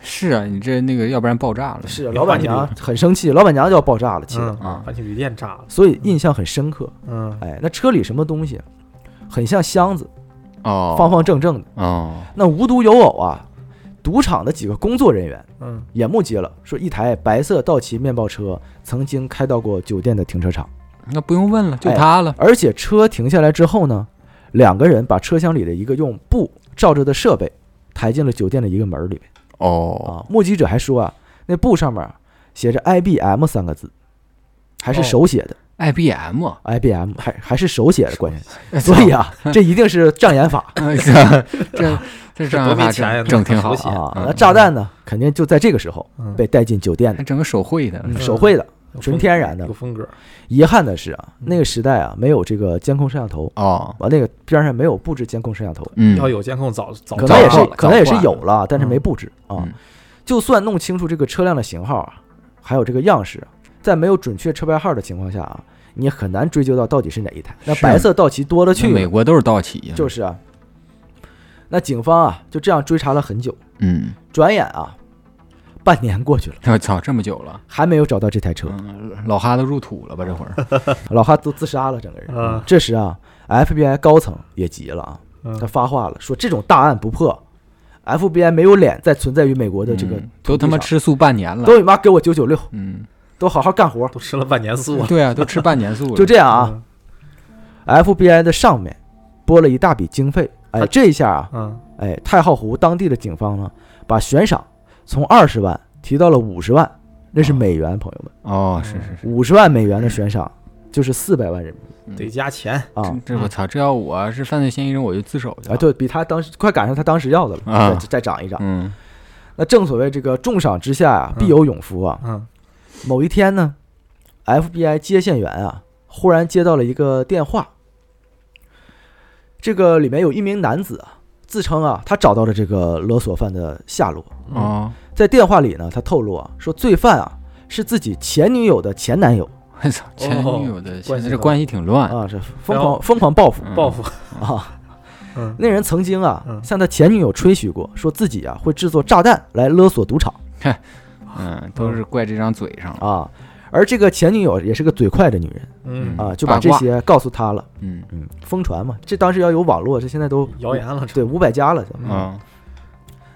是啊，你这那个要不然爆炸了。
是
啊
啊，
老
老
板
板
娘
娘很生气，老板娘就要爆炸了，气得，
嗯
啊
把你旅店炸了，
所以印象很深刻。
嗯
哎，那车里什么东西，啊很像箱子，
哦，
方方正正的。
哦，
那无独有偶啊，赌场的几个工作人员
嗯
也目击了，说一台白色道奇面包车曾经开到过酒店的停车场，
那不用问了，就
哎
他了。
而且车停下来之后呢，两个人把车厢里的一个用布罩着的设备抬进了酒店的一个门里面
哦，
啊。目击者还说啊，那布上面写着 IBM 三个字，还是
哦
手写的。
IBM，啊
[laughs] IBM 还还是手写的，关键
哎
所以啊，这一定是障眼法
哎这 [laughs] 这这这
啊多没
样
钱呀
整整挺好
手，写
啊。
嗯
那炸弹呢，肯定就在这个时候
嗯，
被带进酒店的
还，整个手绘的，
嗯
嗯
手绘的。
有
纯
风
天然的
有风格，
遗憾的是啊，
嗯
那个时代啊，没有这个监控摄像头，啊
哦，
完那个边上没有布置监控摄像头，
嗯，
啊要有监控早早啊
可
早
能也是
换了
可能也
早
是
换
有了，但是没
嗯
布置啊
嗯。
就算弄清楚这个车辆的型号啊，还有这个样式，啊在没有准确车牌号的情况下啊，你也很难追究到到底是哪一台。那
是啊
白色道奇多了去
那美
了，
国都是道奇呀，
就是啊。那警方啊，就这样追查了很久。
嗯，
转眼啊，半年过去了，
我操，这么久了，
还没有找到这台车，
嗯，老哈都入土了吧？这
[laughs]
会儿，
老哈都自杀了，整个人。
啊
这时啊，FBI 高层也急了啊，他
嗯
发话了，说这种大案不破，FBI 没有脸再存在于美国的这个
嗯
土
都
地
他妈
上
吃素半年了，
都你妈给我九九六，
嗯，
都好好干活。
都吃了半年素了嗯
对啊，都吃半年素了，
[laughs] 就这样 [laughs] 啊，，FBI 的上面拨了一大笔经费，哎
他，
这一下啊，
嗯
哎，太浩湖当地的警方呢，把悬赏从二十万提到了五十万，那是
啊
美元，朋友们，
哦，是是是，
五十万美元的悬赏就是四百万人民币
嗯，得加钱，
啊。
这这我操，这要我是犯罪嫌疑人，我就自首去了
啊，，对比他当时快赶上他当时要的了，
啊
再再涨一涨。
嗯
那正所谓这个重赏之下啊，
嗯
必有勇夫啊。
嗯
某一天呢，FBI 接线员啊，忽然接到了一个电话，这个里面有一名男子啊，自称啊，他找到了这个勒索犯的下落。
嗯
哦，
在电话里呢，他透露啊，说罪犯啊是自己前女友的前男友
我操，前女友的现
哦关系
在这
到
关系挺
哎
乱，
啊，这疯
然后
狂疯狂报复
嗯
报复，
啊。
嗯
那人曾经啊
嗯
向他前女友吹嘘过，说自己啊会制作炸弹来勒索赌场
嗯，都是怪这张嘴上了，
啊。而这个前女友也是个嘴快的女人
嗯
啊，就把
八
这
卦
些告诉他了。
嗯
嗯，疯传嘛，这当时要有网络，这现在都
谣言了，这
对五百加了就。
嗯
啊，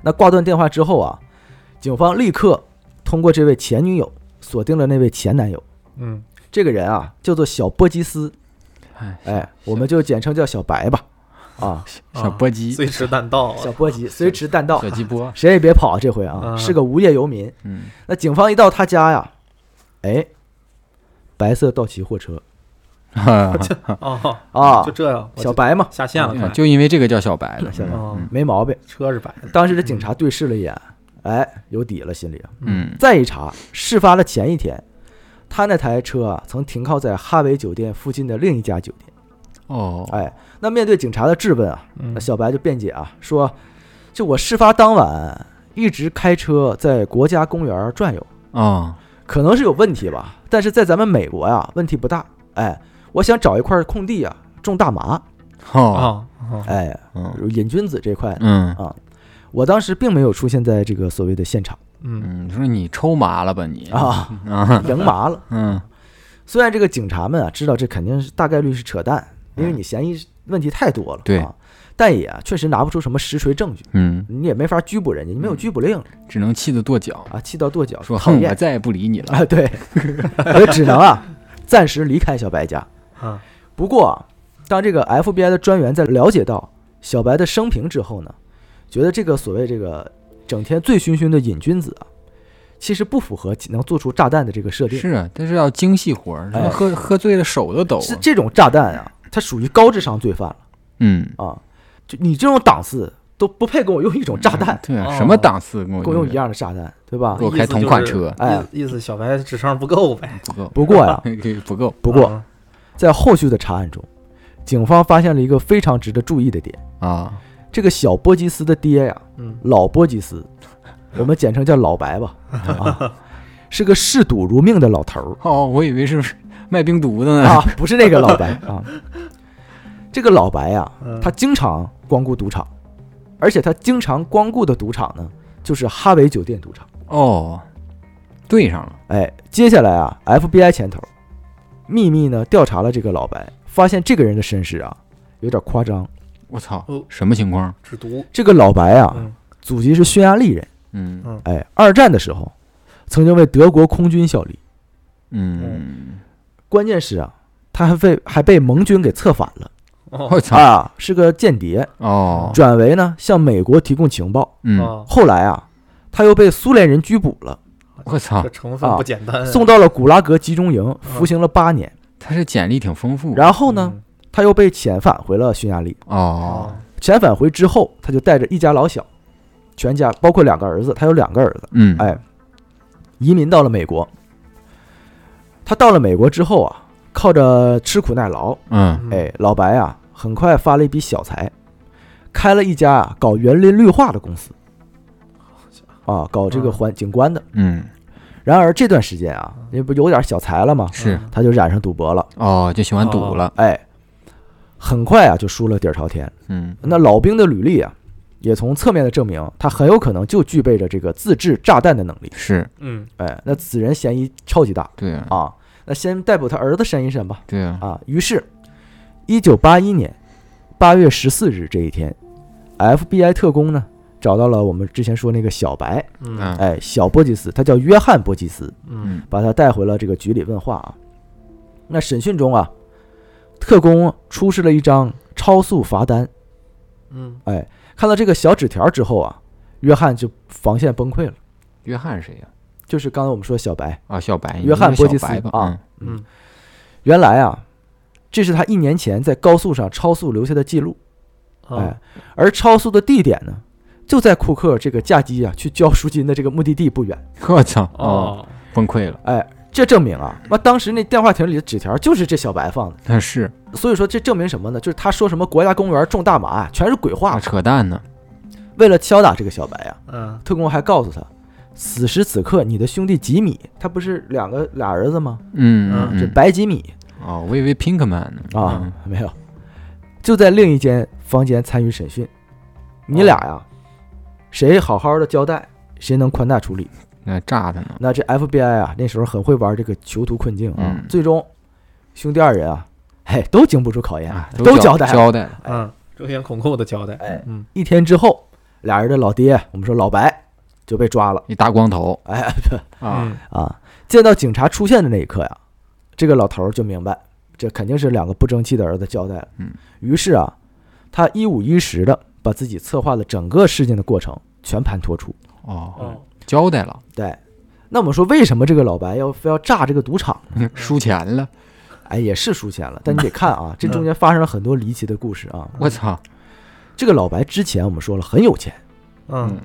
那挂断电话之后啊，警方立刻通过这位前女友锁定了那位前男友。
嗯
这个人啊，叫做小波吉斯，
哎，
哎，我们就简称叫小白吧。啊，
小波吉，
碎尸弹道啊，
小波吉随时弹道
小，鸡波，
谁也别跑啊，这回啊，
嗯
是个无业游民。
嗯，
那警方一到他家呀，哎，白色道奇货车
哦
啊
就，这样，我
小
就
白嘛，
下线了，
嗯
快哦
就因为这个叫小白的，
小白
嗯
没毛病。
车是白的，
当时这警察
嗯
对视了一眼，哎，有底了，心里啊。
嗯
再一查，事发的前一天，他那台车啊曾停靠在哈维酒店附近的另一家酒店。
哦，
哎，那面对警察的质问啊，
嗯
那小白就辩解啊，说就我事发当晚一直开车在国家公园转悠，
哦，
可能是有问题吧，但是在咱们美国呀、问题不大。哎，我想找一块空地啊种大麻，
哦，
哦哦
哎，
嗯
瘾君子这块，
嗯
我当时并没有出现在这个所谓的现场
嗯
嗯，说你抽麻了吧你
啊， [laughs]
啊，
赢麻了。
嗯
虽然这个警察们啊知道这肯定是大概率是扯淡，因为你嫌疑问题太多了。
嗯对
啊，但也啊确实拿不出什么实锤证据，
嗯，
你也没法拘捕人家，你没有拘捕令
只能气得跺脚，
啊，气到跺脚，
嗯说
讨
哼，我
厌
再也不理你
[laughs]
了。
啊，对，我就只能啊暂时离开小白家。
嗯
啊，
不过啊，当这个 FBI 的专员在了解到小白的生平之后呢，觉得这个所谓这个整天醉醺醺的瘾君子啊，其实不符合能做出炸弹的这个设定。
是啊，但是要精细活儿，什么
哎
喝喝醉了手都抖
这
啊。
这种炸弹啊，它属于高智商罪犯了
嗯，
啊！就你这种档次都不配跟我用一种炸弹，
对啊，
哦
什么档次跟
跟嗯我
我
用一样的炸弹，对吧
给？我开同款车
哎
意意思小白智商不够呗。
不够，
不 [laughs] 过呀
[laughs] 不够
不过
嗯，
在后续的查案中，警方发现了一个非常值得注意的点：
啊！
这个小波吉斯的爹呀、
嗯，
老波吉斯，我们简称叫老白 [laughs] 吧，啊，是个嗜赌如命的老头儿
哦，我以为是卖冰毒
[laughs]
的呢。
啊，不是那个老白啊。这个老白呀、
嗯
他经常光顾赌场，而且他经常光顾的赌场呢，就是哈维酒店赌场。
哦，对上了，
哎，接下来啊，FBI 牵头，秘密呢调查了这个老白，发现这个人的身世啊有点夸张。
我操
哦，
什么情况？
只读
这个老白啊，
嗯
祖籍是匈牙利人，
嗯
哎，二战的时候曾经为德国空军效力，
嗯，
关键是啊，他还被还被盟军给策反了
哦
我操，
啊，是个间谍，
哦，
转为呢向美国提供情报。
嗯，
哦，
后来啊，他又被苏联人拘捕了，
我操
这，成分不简单啊。
送到了古拉格集中营，服刑了八年。
他这简历挺丰富。
然后呢，他又被遣返回了匈牙利。
哦，
嗯？
啊
哦，
遣返回之后，他就带着一家老小，全家包括两个儿子，他有两个儿子，
嗯，
哎，移民到了美国。他到了美国之后啊，靠着吃苦耐劳，
嗯，
哎，老白啊，很快发了一笔小财，开了一家啊搞园林绿化的公司，啊，搞这个环景观的。
嗯，
然而这段时间啊，因为不有点小财了吗？
是
嗯
他就染上赌博了，
哦，就喜欢赌了。
哎，很快啊就输了底儿朝天。
嗯，
那老兵的履历啊，也从侧面的证明，他很有可能就具备着这个自制炸弹的能力。
是
嗯，
哎，那此人嫌疑超级大
对啊，
啊。那先逮捕他儿子审一审吧。
对啊，
啊，于是，一九八一年八月十四日这一天，FBI 特工呢找到了我们之前说那个小白，
嗯
嗯，
哎，小波吉斯，他叫约翰波吉斯，
嗯
把他带回了这个局里问话啊。那审讯中啊，特工出示了一张超速罚单，
嗯，
哎看到这个小纸条之后啊，约翰就防线崩溃了。
约翰是谁呀？
就是刚才我们说小白，
啊，小白，
约翰
你说
波吉斯
小白吧
啊，
嗯，
原来啊，这是他一年前在高速上超速留下的记录。
哦
哎，而超速的地点呢，就在库克这个驾机啊去交赎金的这个目的地不远。
嗯 [laughs] 我操，哦，
哦，
崩溃了。
哎，这证明啊，那当时那电话亭里的纸条就是这小白放的，
那啊是
所以说这证明什么呢？就是他说什么国家公园种大麻，全是鬼
啊，
话。
扯淡呢。
为了敲打这个小白啊，
嗯
特工还告诉他，此时此刻你的兄弟吉米，他不是两个俩儿子吗？
嗯
嗯
嗯
这
嗯，
白吉米
哦，我以为 Pinkman 呢。
啊，
嗯
没有，就在另一间房间参与审讯。你俩呀、
哦
谁好好的交代，谁能宽大处理。
那炸他呢。
那这 FBI 啊，那时候很会玩这个囚徒困境啊。
嗯
最终，兄弟二人啊，嘿，都经不住考验，
啊，
都
交
交代了
交代了，
嗯，争先恐后的交代。
哎
嗯，
一天之后，俩人的老爹，我们说老白就被抓了
一大光头
哎
[laughs] 啊，
嗯，
啊。见到警察出现的那一刻呀、这个老头儿就明白，这肯定是两个不争气的儿子交代了。
嗯，
于是啊，他一五一十的把自己策划的整个事情的过程全盘托出。嗯
哦，
哦，
交代了，
对，那我们说为什么这个老白要非要炸这个赌场呢？
输钱了，
哎，也是输钱了，但你得看啊，这中间发生了很多离奇的故事啊。
我操，
这个老白之前我们说了很有钱，
嗯，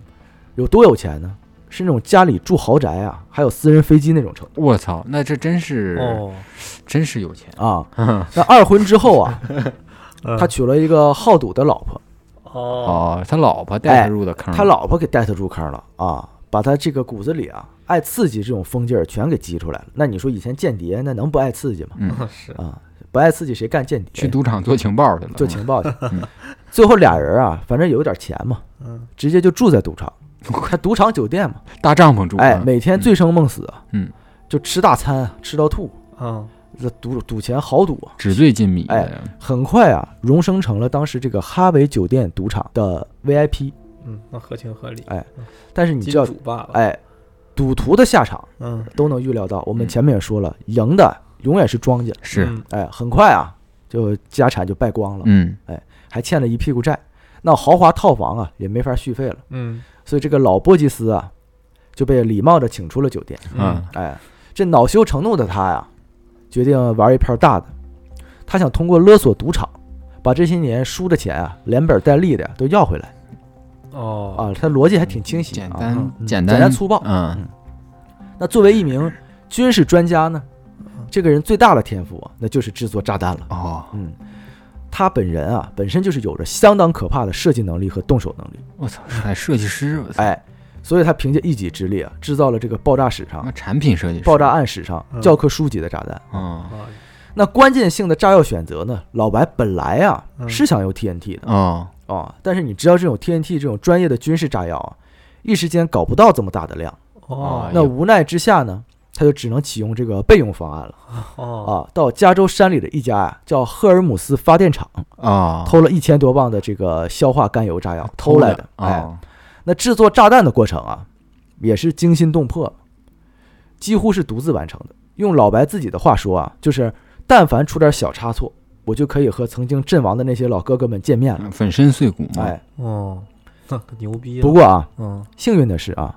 有多有钱呢？是那种家里住豪宅啊，还有私人飞机那种程
我操，那这真是
哦，
真是有钱，
度啊。那二婚之后啊，他娶了一个好赌的老婆，
嗯哦，
哦，他老婆带他
哎
入的坑，
他老婆给带他入坑了啊，把他这个骨子里啊爱刺激这种疯劲儿全给激出来了。那你说以前间谍那能不爱刺激吗？ [laughs]
嗯
是，
啊，不爱刺激谁干间
去
谍？
赌场做情报去了，
做情报去
[laughs] 嗯。
最后俩人啊，反正有点钱嘛，
嗯
直接就住在赌
[laughs]
场，还赌场酒店嘛。
嗯大帐篷住，
哎，
嗯
每天醉生梦死，
嗯，
就吃大餐，吃到吐，
嗯，
这赌赌钱好赌啊！
纸醉金迷的。
哎很快啊，荣升成了当时这个哈维酒店赌场的 VIP。
嗯，那合情合理。
但是你
金
知道，
主爸爸，
哎，赌徒的下场
嗯，
都能预料到。我们
嗯
前面也说了，赢的永远是庄家。
是，
嗯
哎，很快啊，就家产就败光了，
嗯，
还欠了一屁股债。那豪华套房啊，也没法续费了。
嗯
所以这个老波吉斯啊，就被礼貌的请出了酒店。
嗯，
哎，这恼羞成怒的他呀，决定玩一票大的。他想通过勒索赌场，把这些年输的钱啊，连本带利的呀都要回来
哦
啊。他逻辑还挺清晰啊，
简
嗯
单，
嗯
简
简单粗暴
嗯，
那作为一名军事专家呢，这个人最大的天赋啊，那就是制作炸弹了。
哦，
嗯，他本人啊，本身就是有着相当可怕的设计能力和动手能力。
我操，还设计师，我操，
哎，所以他凭借一己之力啊，制造了这个爆炸史上
妈、产品设计师，
爆炸，案史上
嗯
教科书级的炸弹。
嗯，
啊，
那关键性的炸药选择呢，老白本来啊
嗯
是想用 TNT 的
哦，
啊、哦但是你知道这种 TNT 这种专业的军事炸药啊，一时间搞不到这么大的量。
哦哎
哦
那
呦
无奈之下呢，他就只能启用这个备用方案了。
哦，
啊，到加州山里的一家啊，叫赫尔姆斯发电厂，
哦，
偷了一千多磅的这个硝化甘油炸药，偷来的。哎，
哦，
那制作炸弹的过程啊，也是惊心动魄，几乎是独自完成的。用老白自己的话说啊，就是但凡出点小差错，我就可以和曾经阵亡的那些老哥哥们见面了。
嗯粉身碎骨嘛，
哎，
哦，那可牛逼啊！
不过啊，
嗯，
幸运的是啊，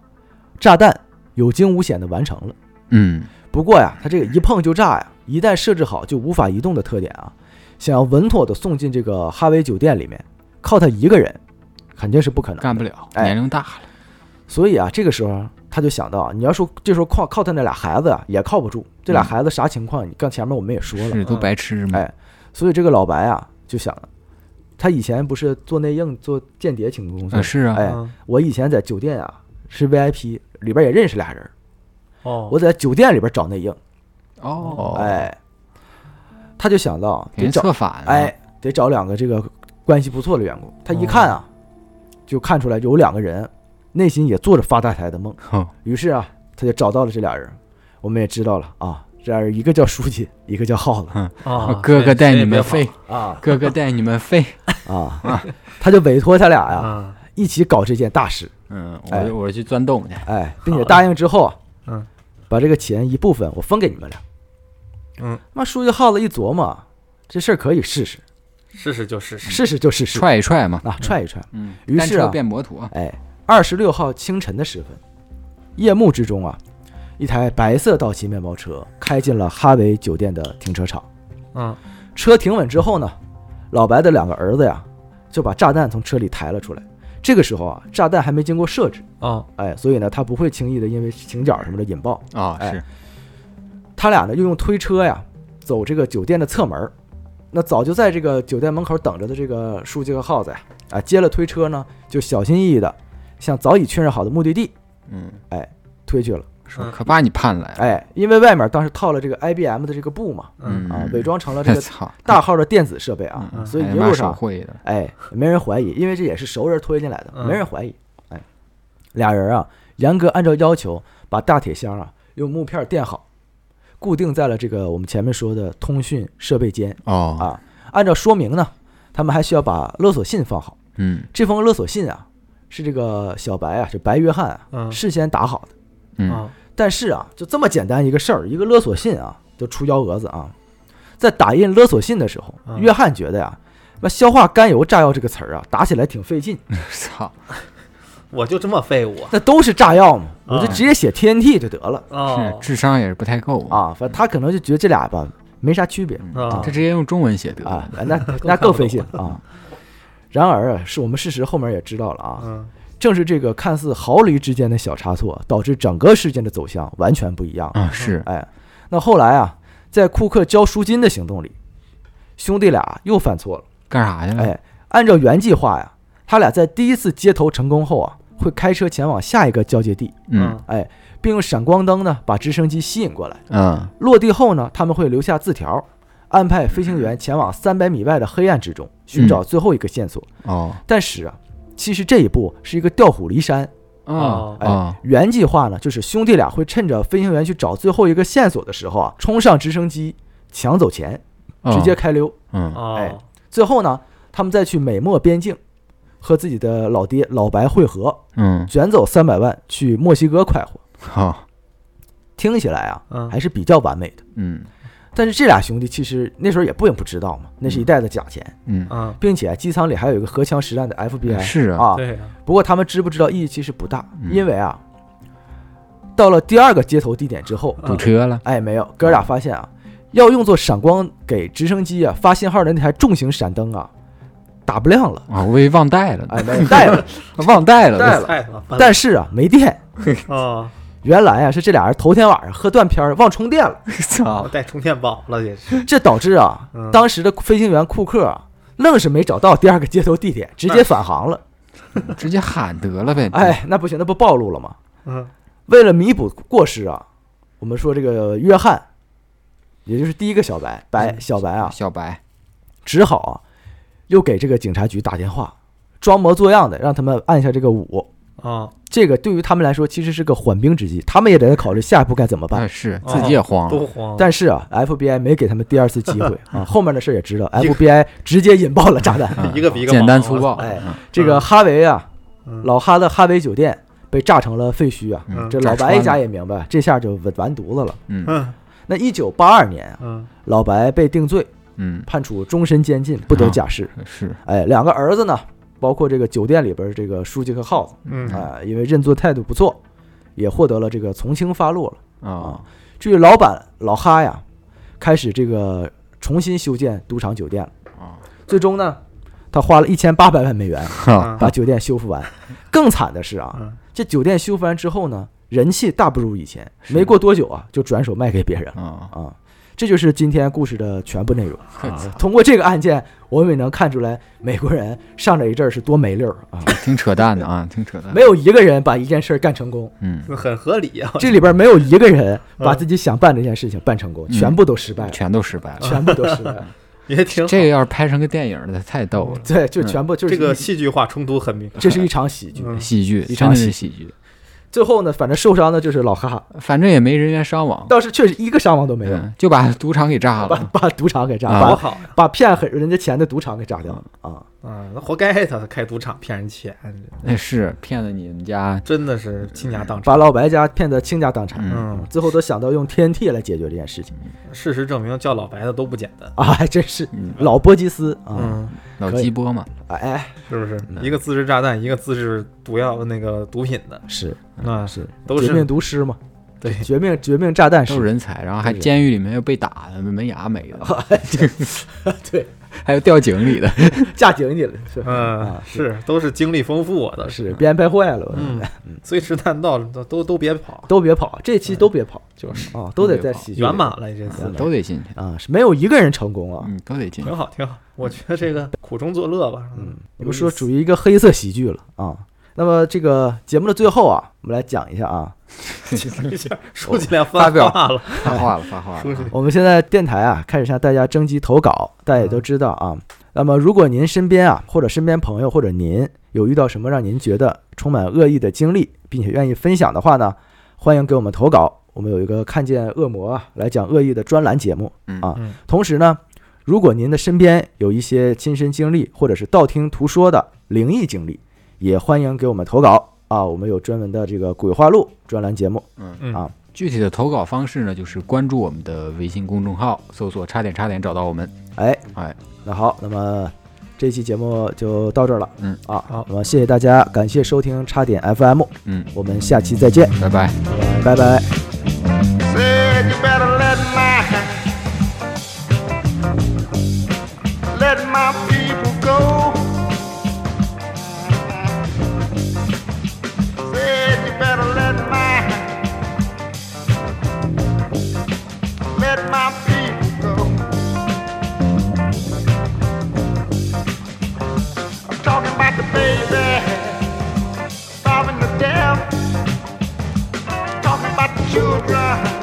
炸弹有惊无险的完成了。
嗯，
不过呀，它这个一碰就炸呀，一旦设置好就无法移动的特点啊，想要稳妥的送进这个哈维酒店里面，靠他一个人肯定是不可能。
干不了，
哎
年龄大了，
所以啊，这个时候他就想到啊，你要说这时候靠靠他那俩孩子啊，也靠不住。这俩
嗯
孩子啥情况？你刚前面我们也说了，
是都白痴嘛，
哎所以这个老白啊就想了，他以前不是做内应、做间谍请工作
啊，，是啊，
哎
嗯
我以前在酒店啊是 VIP，里边也认识俩人，
哦，
我在酒店里边找内应，
哦，，
哎，他就想到得
给人
找
策反，
哎，，得找两个这个关系不错的员工。他一看啊，就看出来有两个人内心也做着发大财的梦
哼。
于是啊，他就找到了这俩人。我们也知道了啊，这俩人一个叫书记，一个叫耗子
啊，
哥哥
谁
带
谁
你
也别
们
跑
飞，
啊
哥哥带你们飞，
啊，他就委托他俩呀、
啊，
一起搞这件大事。
嗯，
哎
我我去钻洞去，
哎，并且答应之后啊，
嗯，
把这个钱一部分我分给你们俩。
嗯，
那书记耗子一琢磨，这事儿可以试试，
试试就试试，
试试就试试
踹一踹嘛，
啊，踹一踹。
嗯，
于
单
是
车
啊
变摩托，
哎，二十六号清晨的时分，夜幕之中啊，一台白色道奇面包车开进了哈维酒店的停车场。
嗯，
车停稳之后呢，老白的两个儿子呀，就把炸弹从车里抬了出来。这个时候啊，炸弹还没经过设置，
哦，
哎，所以呢，他不会轻易的因为倾角什么的引爆。
哦，
哎
是，
他俩呢，又用推车呀走这个酒店的侧门儿。那早就在这个酒店门口等着的这个书记和耗子呀，啊，接了推车呢，就小心翼翼的向早已确认好的目的地
嗯，
推去了。
说
嗯
可把你盼来了，
哎，因为外面当时套了这个 IBM 的这个布嘛，
嗯
啊
嗯，
伪
[laughs]
装成了这个
操，
大号的电子设备啊，
嗯，
所以
还
一
他妈
路
手
上，
绘的，
哎，没人怀疑，因为这也是熟人推进来的，
嗯
没人怀疑。哎，俩人啊，严格按照要求，把大铁箱啊用木片垫好，固定在了这个我们前面说的通讯设备间
哦，
啊。按照说明呢，他们还需要把勒索信放好。
嗯 [laughs]
这封勒索信啊，是这个小白啊，是白约翰啊，
嗯
事先打好的。
嗯，
啊，
但是啊，就这么简单一个事儿，一个勒索信啊，就出幺蛾子啊。在打印勒索信的时候，
嗯
约翰觉得呀、那硝化甘油炸药这个词儿啊，打起来挺费
[laughs]
劲。
操，
我就这么废物啊，
那都是炸药嘛，
嗯
我就直接写 TNT 就得了
是
哦，
智商也是不太够，
啊。反正他可能就觉得这俩吧没啥区别
嗯
啊
他直接用中文写得了，
啊，那那更费劲
[laughs]
啊。然而啊，是我们事实后面也知道了啊，
嗯，
正是这个看似毫厘之间的小差错，导致整个事件的走向完全不一样。
啊，是，
哎，那后来啊，在库克交赎金的行动里，兄弟俩又犯错了。
干啥去了？
哎，按照原计划呀，他俩在第一次接头成功后啊，会开车前往下一个交界地，
嗯
并用闪光灯呢把直升机吸引过来。
嗯，
落地后呢，他们会留下字条，安排飞行员前往三百米外的黑暗之中寻找最后一个线索。
哦，
但是啊，其实这一步是一个调虎离山。
哦，
哎
哦，
原计划呢，就是兄弟俩会趁着飞行员去找最后一个线索的时候啊，冲上直升机，抢走钱，
嗯
直接开溜。
嗯
哎
哦，
最后呢，他们再去美墨边境和自己的老爹老白会合，
嗯，
卷走三百万去墨西哥快活。
好，
听起来啊，
嗯，
还是比较完美的。
嗯
但是这俩兄弟其实那时候也不也不知道嘛，那是一袋子假钱，
嗯，
嗯，
并且啊机舱里还有一个荷枪实弹的 FBI
是啊，
啊。
对呀，
不过他们知不知道意义其实不大，
嗯
因为啊，到了第二个接头地点之后，
堵车了，
哎，没有，哥俩发现啊，要用作闪光给直升机啊发信号的那台重型闪灯啊，打不亮了，
啊，我以为忘带了呢，啊
哎，没有带了，
忘带了，
带了
菜了，本来
但是啊，没电。
哦，
原来啊，是这俩人头天晚上喝断片儿忘充电
[laughs]
了，
[laughs]
啊
操
我，带充电宝了也是，
这导致啊，
嗯
当时的飞行员库克啊，愣是没找到第二个接头地点，直接返航了。
直接喊得了呗，，
哎，那不行，那不暴露了吗？
嗯
为了弥补过失啊，我们说这个约翰，也就是第一个小白白
嗯
小白啊，
小白，
只好啊，又给这个警察局打电话，装模作样的让他们按下这个五。
哦，
这个对于他们来说其实是个缓兵之计，他们也得考虑下一步该怎么办。
哎，是
啊
自己也慌了，
都慌，
但是啊，FBI 没给他们第二次机
[laughs]
会啊，后面的事儿也知道，FBI 直接引爆了炸弹。
嗯
一个比一个
简单
忙
粗暴，
哎
嗯
这个哈维啊，
嗯
老哈的哈维酒店被炸成了废墟啊。
嗯
这
这
老白一家
穿的
也明白，这下就完完犊子了。
嗯
嗯
那一九八二年啊，
嗯
老白被定罪，
嗯
判处终身监禁，不得假释。
是，
哎，两个儿子呢，包括这个酒店里边这个书记和耗子，
嗯
啊、因为认作态度不错，也获得了这个从轻发落了。
啊，
至于老板老哈呀，开始这个重新修建赌场酒店了。
啊
最终呢，他花了一千八百万美
[laughs]
元
哈，
把酒店修复完。更惨的是啊，
嗯
这酒店修复完之后呢，人气大不如以前，
是
没过多久啊，就转手卖给别人了
啊，
啊。这就是今天故事的全部内容。通过这个案件，我们也能看出来美国人上这一阵儿是多没溜儿啊，
挺扯淡的啊，挺扯淡的，
没有一个人把一件事儿干成
[laughs]
功。
嗯，
嗯，很合理呀，
这里边没有一个人把自己想办这件事情办成功，
嗯
全部都失败了，
全都失败了。
哎全部都失败
嗯
了。
也挺好
这个要是拍成个电影的，太逗了，
对，就
嗯
全部就是
这
一
个戏剧化冲突很明，
这是一场喜剧。
嗯
喜剧，
一
真
场
的是喜剧。
最后呢，反正受伤的就是老哈哈，
反正也没人员伤亡，
倒是确实一个伤亡都没有，
嗯，就把赌场给炸
把
了。
把赌场给炸，
啊
多
把
好呀，
把骗很人家钱的赌场给炸掉了啊！
嗯，那活该他开赌场骗人钱，
那哎是骗了你们家，
真的是倾家荡产。
把老白家骗得倾家荡产，
嗯，
最后都想到用天梯来解决这件事情
事实证明，叫老白的都不简单，
啊，还真是
嗯，
老波吉斯啊！
嗯，
老
可以
鸡波嘛，
哎，
是不是？一个自制炸弹，一个自制毒药那个毒品的，
是
那
是，
都
绝命
是
毒师嘛，
对
绝命绝命炸弹
都是
师，
人才，然后还
都是
监狱里面又被打的，门牙没了，
对，
还有掉井里的，
嫁井里了，是
嗯
啊，
是都是经历丰富啊，都是，
是编排坏了，我
嗯，虽迟弹道都都都别跑，
都别跑，这期都别跑
就是
啊，都得
都别
在
跑
喜剧里
圆满了这次
嗯，
都得进去，
啊，是没有一个人成功啊。
嗯，都得进去
挺。好挺好。我觉得这个苦中作乐吧，
嗯，我们
有意
说
思
属于一个黑色喜剧了啊。那么这个节目的最后啊，我们来讲一下啊，
一下书记连
发
发
表
话了，
发话了，发话
书
了
记
啊，
我们现在电台啊开始向大家征集投稿，大家也都知道啊。那么如果您身边啊或者身边朋友或者您有遇到什么让您觉得充满恶意的经历，并且愿意分享的话呢，欢迎给我们投稿。我们有一个看见恶魔啊来讲恶意的专栏节目
嗯
啊
嗯。
同时呢，如果您的身边有一些亲身经历或者是道听途说的灵异经历，也欢迎给我们投稿啊。我们有专门的这个鬼话录专栏节目。
嗯
啊
具体的投稿方式呢，就是关注我们的微信公众号，搜索“差点差点”找到我们。
哎
哎，
那好，那么这期节目就到这儿了。
嗯
啊，
好
那么谢谢大家，感谢收听差点 FM，
嗯，
我们下期再见，
拜拜。
拜拜。
Said you better let my let my people go. Said you better let my let my people go. I'm talking about the baby, starving to death. Talking about the children.